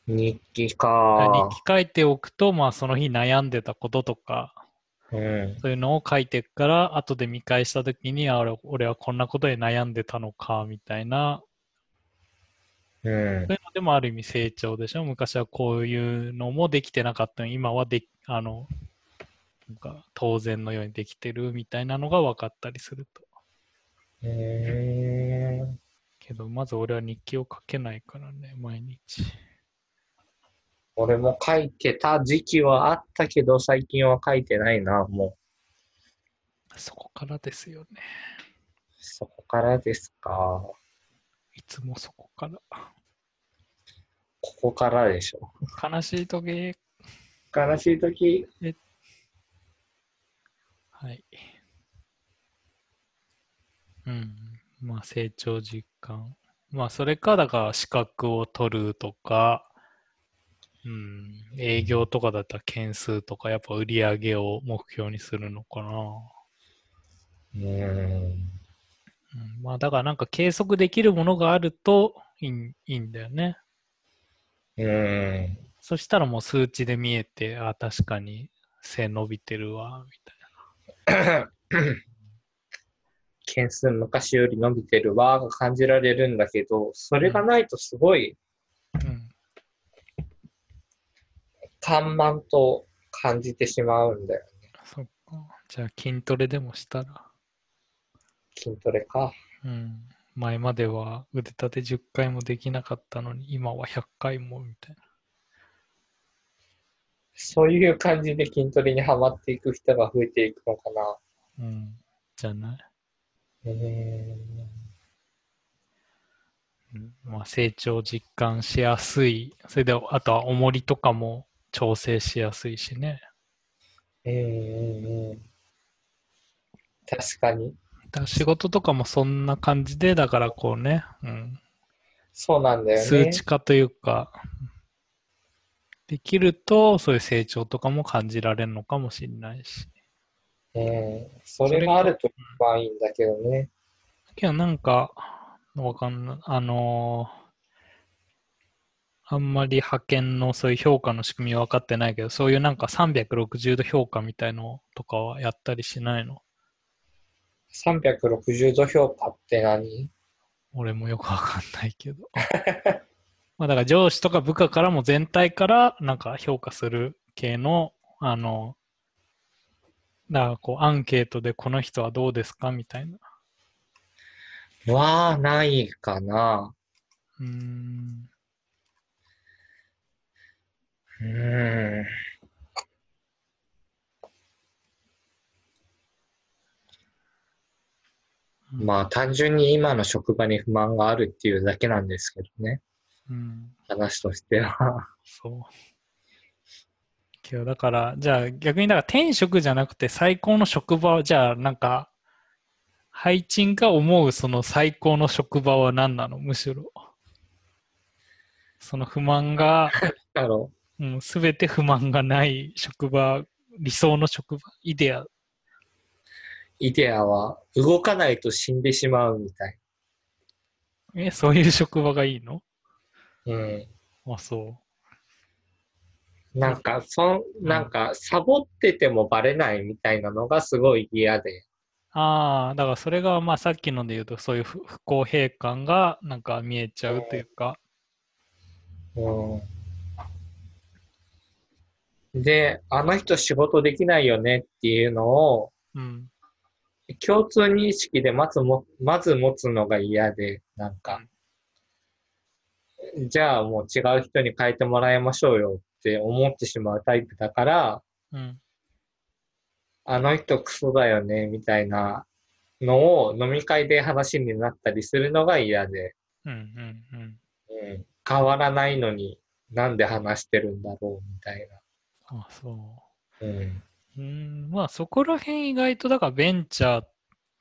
S2: 日記
S1: 日
S2: か。
S1: 記書いておくと、まあ、その日悩んでたこととか
S2: うん。
S1: そういうのを書いてから、後で見返したときに、あ俺、俺はこんなことで悩んでたのか、みたいな。そ
S2: うん
S1: う。いうのでもある意味成長でしょ。昔はこういうのもできてなかったのに、今はでき、あの、なんか当然のようにできてるみたいなのが分かったりすると。
S2: うーん
S1: けど、まず俺は日記を書けないからね、毎日。
S2: 俺も書いてた時期はあったけど、最近は書いてないな、も
S1: そこからですよね。
S2: う。そこからですか。
S1: いつもそこから。
S2: ここからでしょ。
S1: 悲しい時。
S2: 悲しい時、
S1: はい。うん。まあ、成長実感。まあ、それか、だから、資格を取るとか、うん、営業とかだったら件数とか、やっぱ売り上げを目標にするのかな。
S2: うーん。
S1: うん、まあ、だから、なんか計測できるものがあるといいいいんだよね。
S2: うーん。
S1: そしたらもう数値で見えて、あ、確かに背伸びてるわ、みたいな。
S2: 件数昔より伸びてるわーが感じられるんだけど、それがないとすごい
S1: うん
S2: 緩慢と感じてしまうんだよ。
S1: そっか。じゃあ、筋トレでもしたら。
S2: 筋トレか。
S1: うん、前までは腕立て10回もできなかったのに今は100回もみたいな。
S2: そういう感じで筋トレにはまっていく人が増えていくのかな。
S1: うん、じゃない、
S2: うーん。
S1: うんまあ、成長を実感しやすい。それであとは重りとかも調整しやすいしね。
S2: うんうんうん。確かに。
S1: だから仕事とかもそんな感じでだからこうね、うん、
S2: そうなんだよね。
S1: 数値化というかできるとそういう成長とかも感じられるのかもしれないし。
S2: うん。それがあると一番いいんだけどね。
S1: けどなんか、わかんない。あのーあんまり派遣のそういう評価の仕組みは分かってないけど、そういうなんか360度評価みたいのとかはやったりしないの
S2: 360度評価って何
S1: 俺もよく分かんないけど。まあだから上司とか部下からも全体からなんか評価する系の、あの、だからこうアンケートでこの人はどうですかみたいな。
S2: はないかな。
S1: うーん。
S2: うーん。まあ単純に今の職場に不満があるっていうだけなんですけどね。
S1: うん。
S2: 話としては。
S1: そう。けどだから、じゃあ逆にだから転職じゃなくて最高の職場を、じゃあなんか、配置が思うその最高の職場は何なのむしろ。その不満が、
S2: だろ
S1: うん、全て不満がない職場、理想の職場、イデア。
S2: う。イデアは動かないと死んでしまうみたい。
S1: え、そういう職場がいいの
S2: うん。
S1: あ、そう。
S2: なんか、そん、なんか、サボっててもバレないみたいなのがすごい嫌で。
S1: ああ、だからそれがまあさっきので言うとそういう不不公平感がなんか見えちゃうというか。
S2: うん。で、あの人仕事できないよねっていうのを、
S1: うん。
S2: 共通認識でまずも、まず持つのが嫌で、なんか、じゃあもう違う人に変えてもらいましょうよって思ってしまうタイプだから、
S1: うん。
S2: あの人クソだよね、みたいなのを飲み会で話になったりするのが嫌で、
S1: うん。うん。うん。
S2: うん、変わらないのになんで話してるんだろう、みたい
S1: あそう。
S2: な。うん。
S1: うーん、まあそこら辺意外とだからベンチャー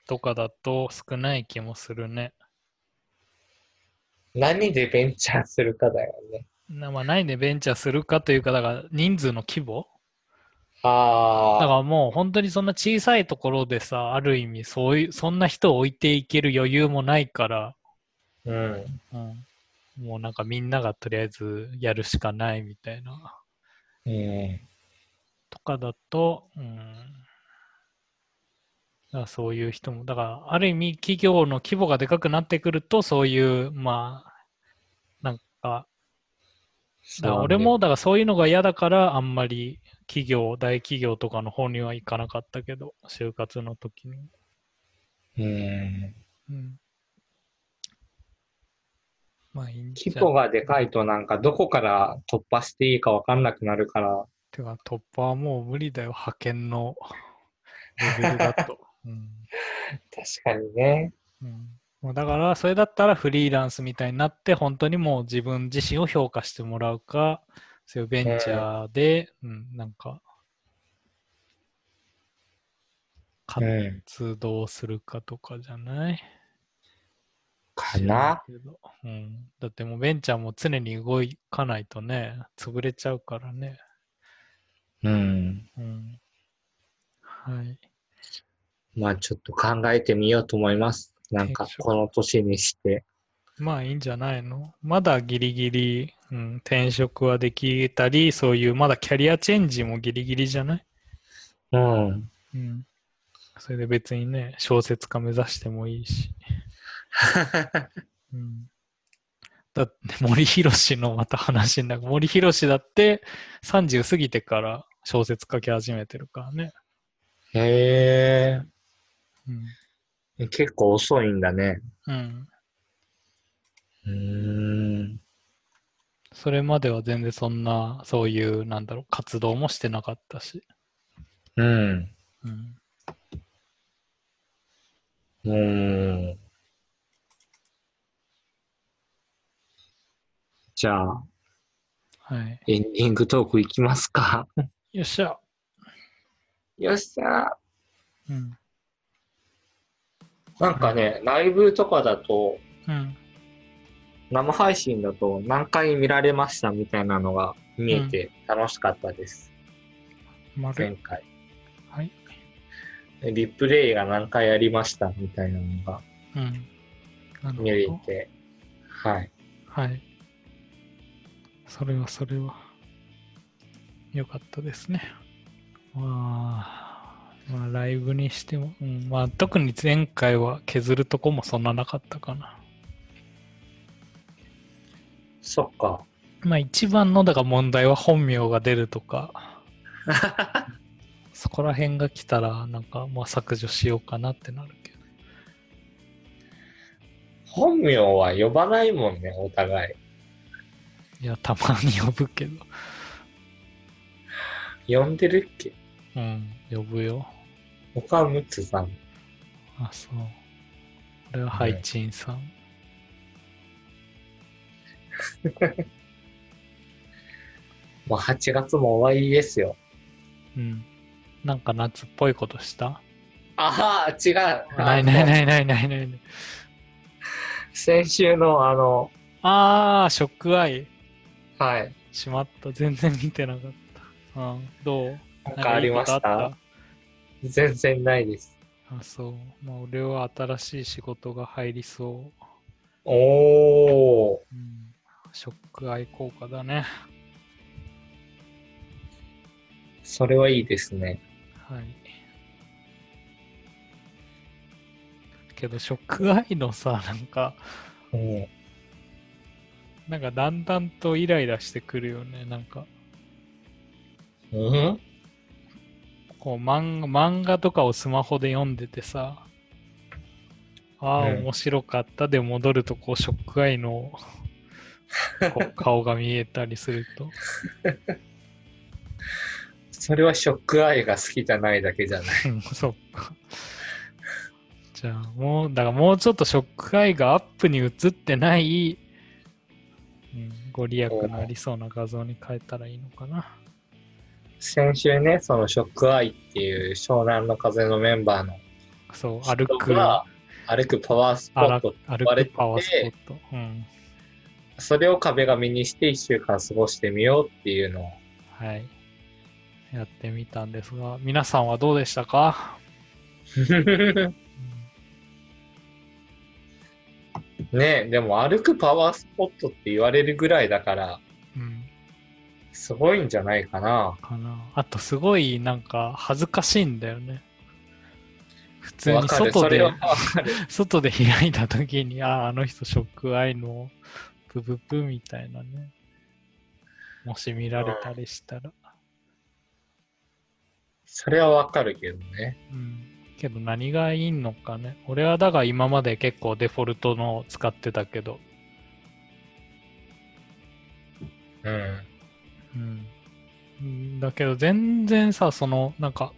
S1: とかだと少ない気もするね。
S2: 何でベンチャーするかだよね。
S1: なまあ、何でベンチャーするかというか、だから人数の規模だか
S2: ああ、
S1: らもう本当にそんな小さいところでさ、ある意味そういう、そんな人を置いていける余裕もないから、
S2: うん。
S1: うん、もうなんかみんながとりあえずやるしかないみたいな。
S2: うん。
S1: とかだと、うん、だからそういう人も、だからある意味企業の規模がでかくなってくると、そういう、まあ、なんか、だから俺も、だからそういうのが嫌だから、あんまり企業、大企業とかの方には行かなかったけど、就活の時に。
S2: うん。
S1: うん、まあいいんじ
S2: 規
S1: ゃ
S2: 模
S1: ん。
S2: がでかいとなんかどこから突破していいかわかんなくなるから、
S1: てか、突破はもう無理だよ、派遣のレベルだ と。うん
S2: 確かにね。
S1: うん、もうだからそれだったらフリーランスみたいになって本当にもう自分自身を評価してもらうかそういうベンチャーで、うん、なんか
S2: ん。
S1: 活動するかとかじゃない
S2: かな。
S1: 知らんけどうん、だってもうベンチャーも常に動かないとね潰れちゃうからね、
S2: うん。
S1: うん、はい
S2: まあちょっと考えてみようと思います。なんか
S1: でしょ
S2: この年にして。
S1: まあいいんじゃないのまだギリギリ、うん、転職はできたりそういうまだキャリアチェンジもギリギリじゃない
S2: うん。
S1: うん。それで別にね、小説家目指してもいいし。うん。だって森博氏のまた話になる。森博氏だって30過ぎてから小説書き始めてるからね。
S2: へ
S1: うん。
S2: え。結構遅いんだね。
S1: うん。
S2: うーん。
S1: それまでは全然そんな、そういう、なんだろう、活動もしてなかったし。
S2: うん。
S1: うん。
S2: うーん。じゃあ、
S1: はい。
S2: エンディングトークいきますか。
S1: よっしゃ。
S2: よっしゃ
S1: うん。
S2: ーなんかね、ライブとかだと、
S1: うん。
S2: 生配信だと何回見られましたみたいなのが見えて楽しかったです。前
S1: 丸。
S2: 回。
S1: はい。
S2: リプレイが何回やりましたみたいなのが
S1: うん。なるほ
S2: 見え
S1: ど。
S2: て、はい。
S1: はい。それはそれは。よかったですね。まあ、まあ、ライブにしても、うん、まあ、特に前回は削るとこもそんななかったかな。
S2: そっか。
S1: まあ、一番の、だから問題は本名が出るとか、そこら辺が来たら、なんか、まあ、削除しようかなってなるけど。
S2: 本名は呼ばないもんね、お互い。
S1: いや、たまに呼ぶけど。
S2: 呼んでるっけ
S1: うん、呼ぶよ。
S2: 他はムツさん。
S1: あ、そう。俺はハイチンさん。
S2: もう8月も終わりですよ。
S1: うん。なんか夏っぽいことした
S2: ああ、違う。
S1: ないないないないないないない。
S2: 先週のあの、
S1: あー、ショックアイ。
S2: はい。
S1: しまった。全然見てなかった。うん、どう
S2: なんかありまし
S1: なんかいいことあ
S2: た
S1: っ
S2: 全然ないです。
S1: たあ、そう。まあ、俺は新しい仕事が入りそ
S2: おー。
S1: う。うん、ショックアイ効果だね。
S2: それはいいですね。
S1: はい。けど、ショックアイのさ、なんか、
S2: うん。
S1: なんかだんだんとイライラしてくるよね。なんか、
S2: うん
S1: こう漫画漫画とかをスマホで読んでてさ、ああ、
S2: うん
S1: 面白かったで戻ると、こう、ショックアイのこ う顔が見えたりすると。
S2: それはショックアイが好きじゃないだけじゃない。
S1: うんそっか。じゃあ、もう、だからもうちょっとショックアイがアップに映ってない、うん、ご利益のありそうな画像に変えたらいいのかな。
S2: 先週ね、そのショックアイっていう湘南の風のメンバーの
S1: そう、歩
S2: 人
S1: く、
S2: が歩くパワースポッ
S1: 歩
S2: ト
S1: く、歩
S2: 割れ
S1: く
S2: て
S1: パワースポット。うん。
S2: それを壁紙にして1週間過ごしてみようってい うのを
S1: はい。やってみたんですが、皆さんはどうでしたか、うん
S2: ねえでも歩くパワースポットって言われるぐらいだから、
S1: うん、
S2: すごいんじゃないかな。
S1: かな。あと、すごい、なんか、恥ずかしいんだよね。普通
S2: わ
S1: に
S2: かる。
S1: 外
S2: それ
S1: で
S2: は、わかる。
S1: 外で開いた時に、ああ、あの人、ショックアイの、ブブブみたいなね。もし見られたりしたら。
S2: それはわかるけどね。
S1: うん。けど、何がいいのかね。俺は、だが、今まで結構デフォルトのを使ってたけど、
S2: うん。
S1: うん、だけど全然さそのなんか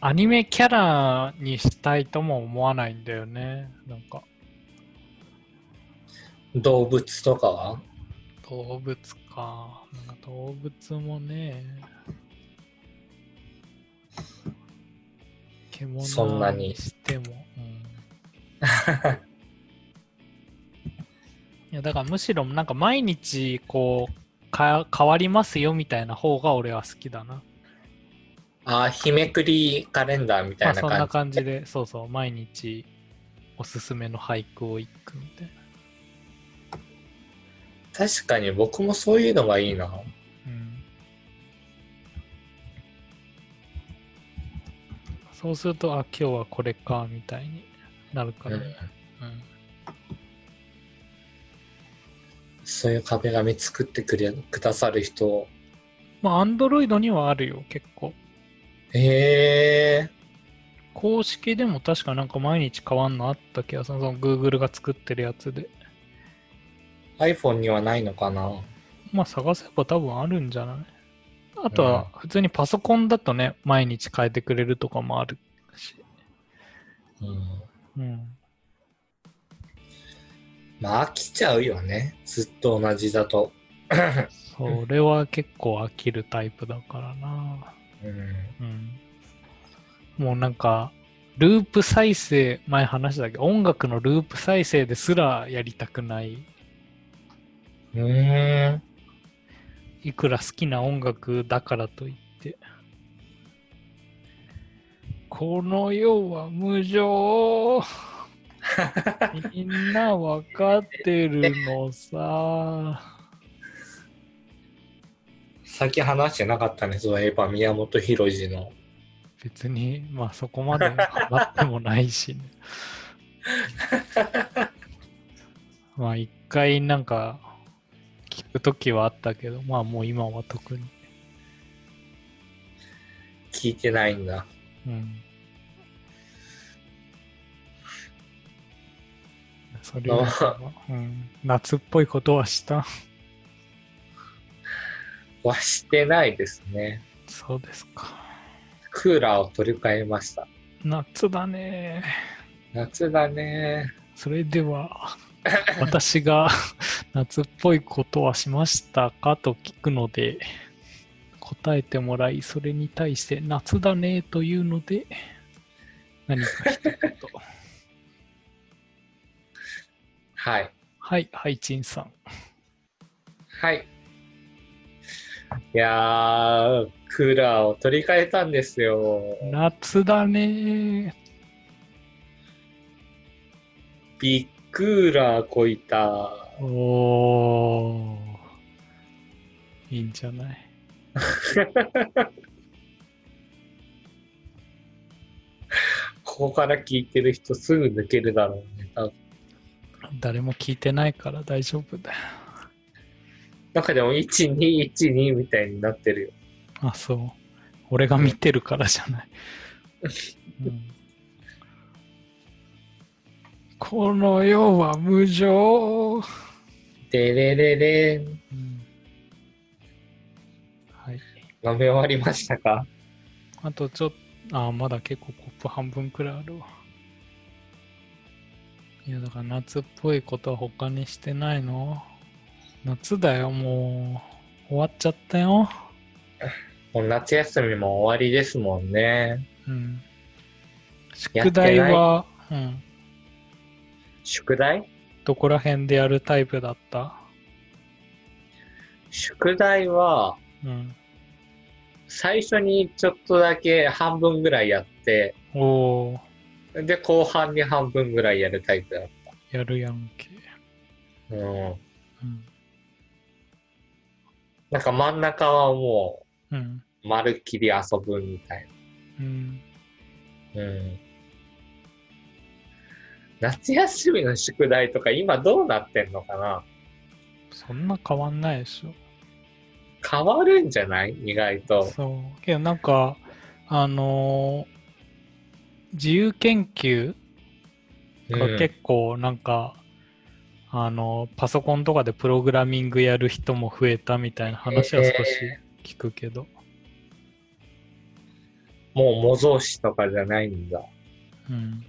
S1: アニメキャラにしたいとも思わないんだよねなんか
S2: 動物とかは
S1: 動物かなんか動物もね獣
S2: そんなに
S1: しても、うん、いやだからむしろなんか毎日こうか変わりますよみたいな方が俺は好きだな
S2: あ、日めくりカレンダーみたいな
S1: まあ、そんな
S2: 感
S1: 感じで、そうそう、毎日おすすめの俳句を一句みたいな。
S2: じ。確かに僕もそういうのがいいな。
S1: うん、そうすると、あ、今日はこれか、みたいになるか
S2: う
S1: ら、
S2: ん
S1: ね。うん
S2: そういう壁紙作ってくれくださる人。
S1: まあ、アンドロイドにはあるよ、結構。
S2: へえ
S1: 公式でも確かなんか毎日変わんのあった気がする。その Google が作ってるやつで。
S2: ー、iPhone にはないのかな
S1: まあ探せば多分あるんじゃないあとは普通にパソコンだとね、毎日変えてくれるとかもあるし。
S2: うん。
S1: うん。
S2: まあ飽きちゃうよね。ずっと同じだと。
S1: それは結構飽きるタイプだからな。
S2: うん。
S1: うん。もうなんか、ループ再生、前話したけど、音楽のループ再生ですらやりたくない。
S2: うーん。
S1: いくら好きな音楽だからといって。この世は無情みんなわかってるのさ。
S2: さっき話してなかったね、そういえば宮本浩次の。
S1: 別に、まあそこまでハマってもないしね。まあ一回なんか聞くときはあったけど、まあもう今は特に。
S2: 聞いてないんだ。
S1: うん。それ
S2: あ
S1: は、うん、夏っぽいことはした。
S2: はしてないですね。
S1: そうですか。
S2: クーラーを取り替えました。
S1: 夏だね。
S2: 夏だね。
S1: それでは私が 夏っぽいことはしましたかと聞くので答えてもらいそれに対して夏だねというので何か一言
S2: はい。
S1: はいハイチンさん
S2: はい。いやー、クーラーを取り替えたんですよ。
S1: 夏だね
S2: ビックーラーこいた。
S1: おーいいんじゃない
S2: ここから聞いてる人すぐ抜けるだろうね。多分
S1: 誰も聞いてないから大丈夫だよ。
S2: なんかでも、1、2、1、2みたいになってるよ。
S1: あ、そう。俺が見てるからじゃない。うんこの世は無常。
S2: でれれれん。
S1: うんはい。
S2: 飲み終わりましたか
S1: あとちょっと、あー、まだ結構コップ半分くらいあるわ。いや、だから夏っぽいことは他にしてないの夏だよ、もう。終わっちゃったよ。
S2: もう夏休みも終わりですもんね。
S1: うん。
S2: やってない
S1: 宿題は、うん。
S2: 宿題
S1: どこら辺でやるタイプだった
S2: 宿題は、
S1: うん。
S2: 最初にちょっとだけ半分ぐらいやって、
S1: おー、
S2: で、後半に半分ぐらいやるタイプだっ
S1: やるやんけ。
S2: た。うん。
S1: うん。
S2: なんか真ん中はも
S1: うん。
S2: う、まるっきり遊ぶみたい
S1: うん。
S2: な。うん。夏休みの宿題とか今どうなってんのかな
S1: そんな変わんないでしょ。
S2: 変わるんじゃない意外と。
S1: そう。けどなんか、あのー自由研究が
S2: うん
S1: 結構なんか、あのーパソコンとかでプログラミングやる人も増えたみたいな話は少し聞くけど。
S2: もう模造紙とかじゃないんだ。
S1: うん。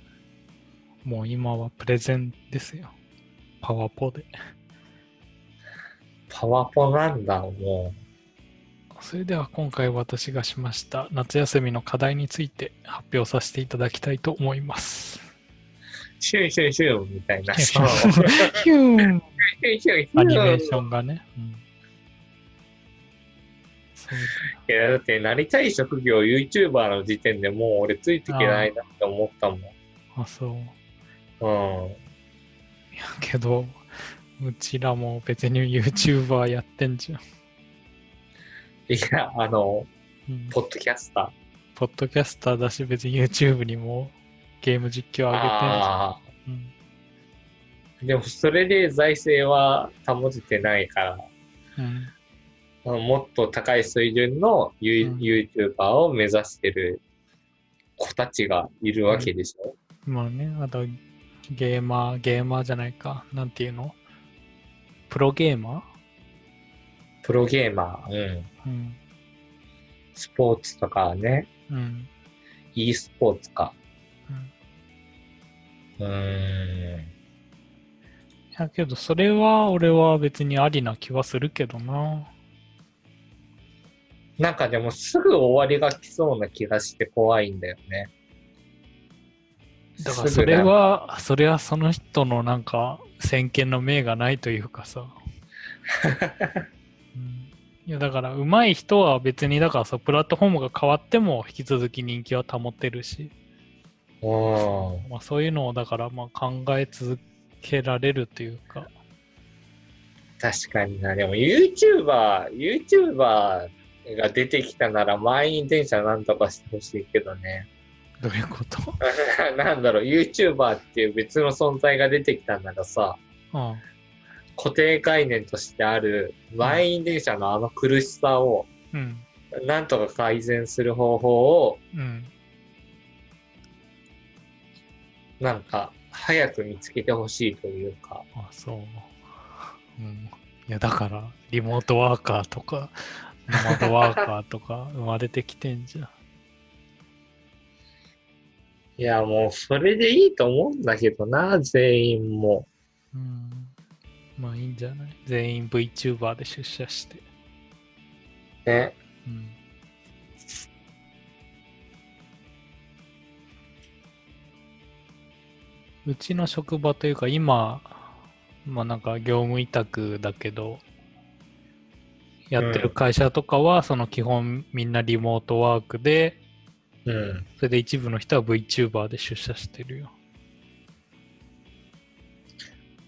S1: もう今はプレゼンですよ。パワポで。
S2: パワポなんだ、も
S1: それでは今回私がしました夏休みの課題について発表させていただきたいと思います。
S2: う。シュンシュンシュンみたいな。
S1: ヒ
S2: そう
S1: ュ
S2: シュンシュン
S1: ーン
S2: シュン。
S1: アニメーションがね。うん、そう
S2: いや、だって、なりたい職業 YouTuber の時点でもう俺ついていけないなって思った
S1: だあ、そう。
S2: もん。うん。
S1: けど、うちらも別に YouTuber やってんじゃん。
S2: いや、あの、
S1: うん
S2: ポッドキャスタ
S1: ポッドキャスターだし、別に YouTube にもゲーム実況
S2: ー。
S1: 上げてんじゃん
S2: ああ。でも、それで財政は保ててないから、
S1: うん。うん。
S2: あのもっと高い水準のユ
S1: うん
S2: ー YouTuber を目指してる子たちがいるわけでしょ。
S1: まあね、あと、ゲーマー、ゲーマーじゃないか。なんていうのプロゲーマ
S2: プロゲーマー、うん。
S1: ーうん。
S2: スポーツとかね、
S1: うん。
S2: e スポーツか。
S1: うん
S2: うーん。
S1: いやけど、それは俺は別にありな気はするけどな。
S2: なんかでもすぐ終わりが来そうな気がして怖いんだよね。
S1: だからそれは、それはその人のなんか先見の明がないというか さ。うんいやだから上手い人は別にだからさプラットフォームが変わっても引き続き人気は保ってるし、
S2: すぐな。うん。
S1: まあ、そういうのをだからまあ考え続けられるというか
S2: 確かにな。でも YouTuber、YouTuber が出てきたなら満員電車なんとかしてほしいけどね。
S1: どういうこと
S2: なんだろう、YouTuber っていう別の存在が出てきたならさ、
S1: うん
S2: 固定概念としてある満員電車のあの苦しさを
S1: うん
S2: なんとか改善する方法を
S1: うん
S2: なんか早く見つけてほしいというか。
S1: あそう、うん、いやだからリモートワーカーとかノマドワーカーとか生まれてきてんじゃん
S2: いや、もう、それでいいと思うんだけどな、全員も。
S1: うんまあいいんじゃない全員 VTuber で出社して。
S2: ね。
S1: うん。うちの職場というか今、まあなんか業務委託だけど、やってる会社とかはその基本みんなリモートワークで、
S2: うん。
S1: それで一部の人は VTuber で出社してるよ。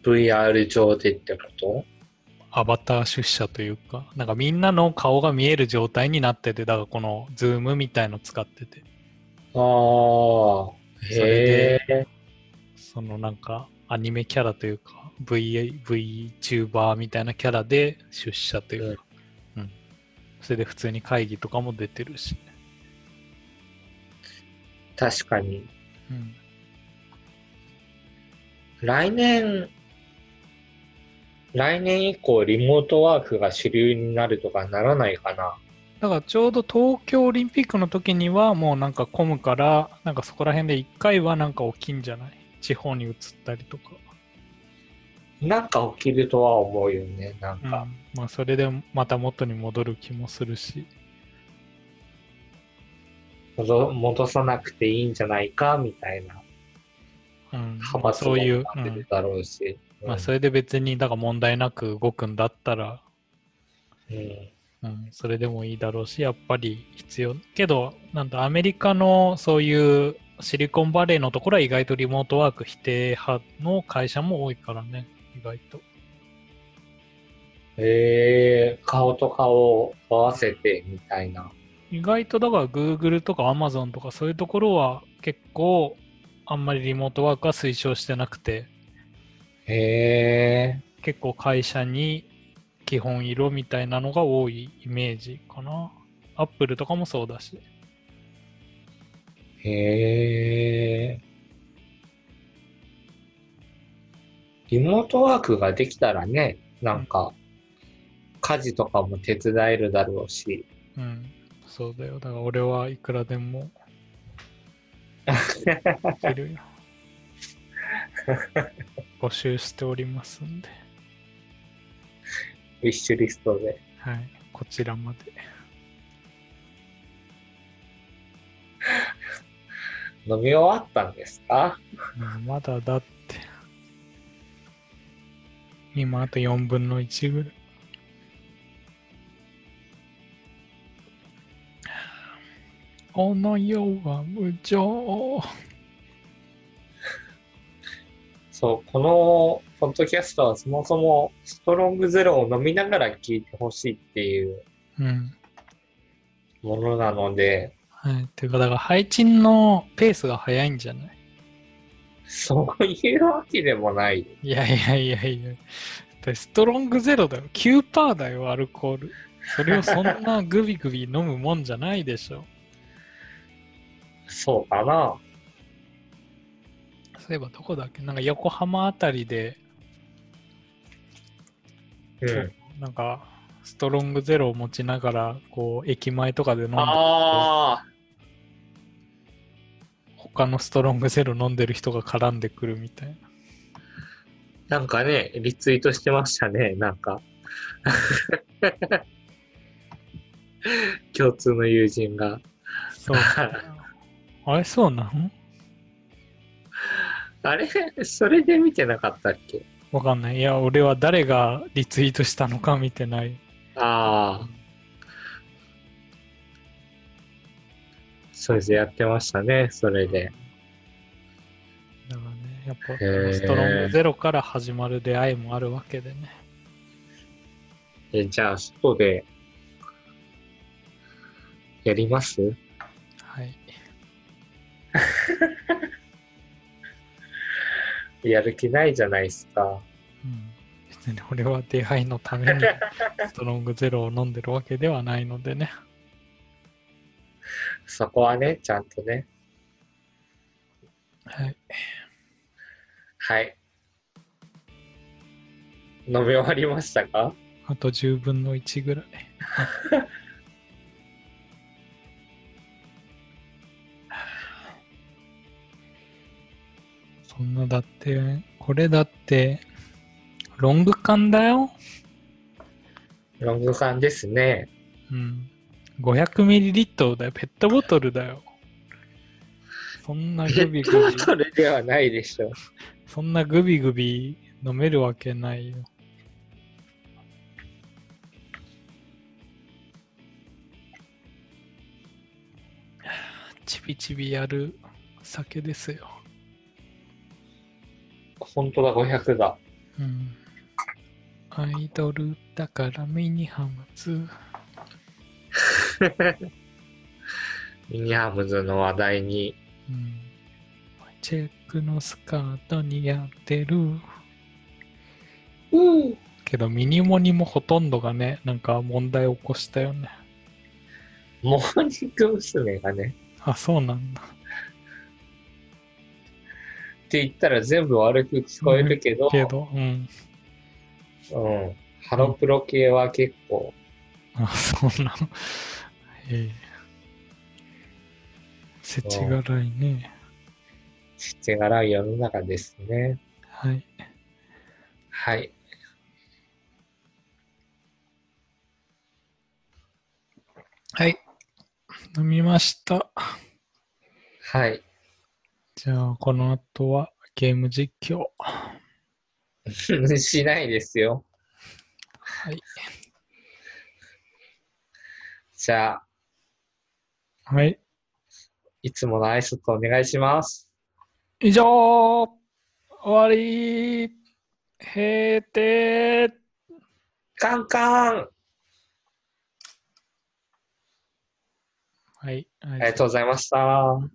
S2: VR 上でってこと
S1: アバター出社というか、なんかみんなの顔が見える状態になってて、だからこのズームみたいの使ってて、
S2: ああ。へえ。
S1: そのなんかアニメキャラというか、VA VTuber みたいなキャラで出社というか、うん。それで普通に会議とかも出てるし、ね、
S2: 確かに。
S1: うん。
S2: 来年、来年以降リモートワークが主流になるとかならないかな。
S1: だからちょうど東京オリンピックの時にはもうなんか混むから、なんかそこら辺で一回はなんか起きんじゃない地方に移ったりとか。
S2: なんか起きるとは思うよね、なん
S1: うん
S2: か。
S1: まあそれでまた元に戻る気もするし。
S2: 戻戻さなくていいんじゃないか、みたいな
S1: うん、
S2: 派
S1: まあ
S2: 閥
S1: そういう、
S2: も
S1: う
S2: 出
S1: ん
S2: るだろうし。
S1: まあ、
S2: うん
S1: それで別にだから問題なく動くんだったら、
S2: うん
S1: うん、それでもいいだろうしやっぱり必要けどなんだアメリカのそういうシリコンバレーのところは意外とリモートワーク否定派の会社も多いからね意外と
S2: へえ、顔と顔を合わせてみたいな。
S1: 意外とだから Google とか Amazon とかそういうところは結構あんまりリモートワークは推奨してなくて
S2: へえ、
S1: 結構会社に基本色みたいなのが多いイメージかなアップルとかもそうだし
S2: へえ。リモートワークができたらね、なんか、家事とかも手伝えるだろうし、
S1: うん、そうだよ。だから俺はいくらでも。いるよ。募集しておりますんで、
S2: ウィッシュリストで。
S1: はい、こちらまで。
S2: 飲み終わったんですか
S1: うんまだだって。今あと4分の1ぐらい。この世は無情。
S2: そう、このポッドキャストはそもそもストロングゼロを飲みながら聞いてほしいっていう
S1: うん。
S2: ものなので、
S1: はい。ていうか、だから配信のペースが早いんじゃない
S2: そういうわけでもない。
S1: いやいやいやいや。だってストロングゼロだよ。9%だよ、アルコール。それをそんなグビグビ飲むもんじゃないでしょ。
S2: そうかな。
S1: そういえばどこだっけなんか横浜あたりで、
S2: うん。
S1: なんかストロングゼロを持ちながら、こう、駅前とかで飲んで、
S2: ああ、
S1: 他のストロングゼロ飲んでる人が絡んでくるみたいな。
S2: なんかね、リツイートしてましたね、なんか。 共通の友人が。
S1: そう。あれ、そうなの
S2: あれそれで見てなかったっけ
S1: わかんない。いや、俺は誰がリツイートしたのか見てない。
S2: ああ。それでやってましたね、それで。
S1: だからね、やっぱ、
S2: ー
S1: ストロングゼロから始まる出会いもあるわけでね。
S2: えじゃあ、外で、やります
S1: はい。
S2: やる気ないじゃないですか。
S1: うん別に俺は出会いのため にストロングゼロを飲んでるわけではないのでね。
S2: そこはね、ちゃんとね。
S1: はい。
S2: はい。飲み終わりましたか
S1: あと10分の1ぐらい。 そんなだって、これだって、ロング缶だよ。
S2: ロング缶です ね。
S1: うん。500ml だよ。ペットボトルだよ。そんな
S2: ペ
S1: グビ
S2: ッ
S1: グ
S2: トボ
S1: ビ。
S2: トルではないでしょう。
S1: そんなグビグビ飲めるわけないよ。ちびちびやる酒ですよ。
S2: 本当だ、500だ。
S1: うん。アイドルだから目にハムズ。
S2: ミニハムズの話題に、
S1: うん。チェックのスカート似合ってる。
S2: うん、
S1: けどミニモニもほとんどがね、なんか問題起こしたよね。
S2: モーニング娘。がね、
S1: あ、そうなんだ。
S2: って言ったら全部悪く聞こえるけど、
S1: けど、うん。
S2: うん、ハロプロ系は結構、
S1: あ、そうなの。 ええせちがらいね。
S2: 手柄い世の中ですね。
S1: はい。
S2: はい。
S1: はい。飲みました。
S2: はい。
S1: じゃあ、この後はゲーム実況。
S2: しないですよ。
S1: はい。
S2: じゃあ、
S1: はい。
S2: いつもの挨拶お願いします。
S1: 以上終わり閉店
S2: カンカン
S1: はい。あり
S2: ありがとうございました。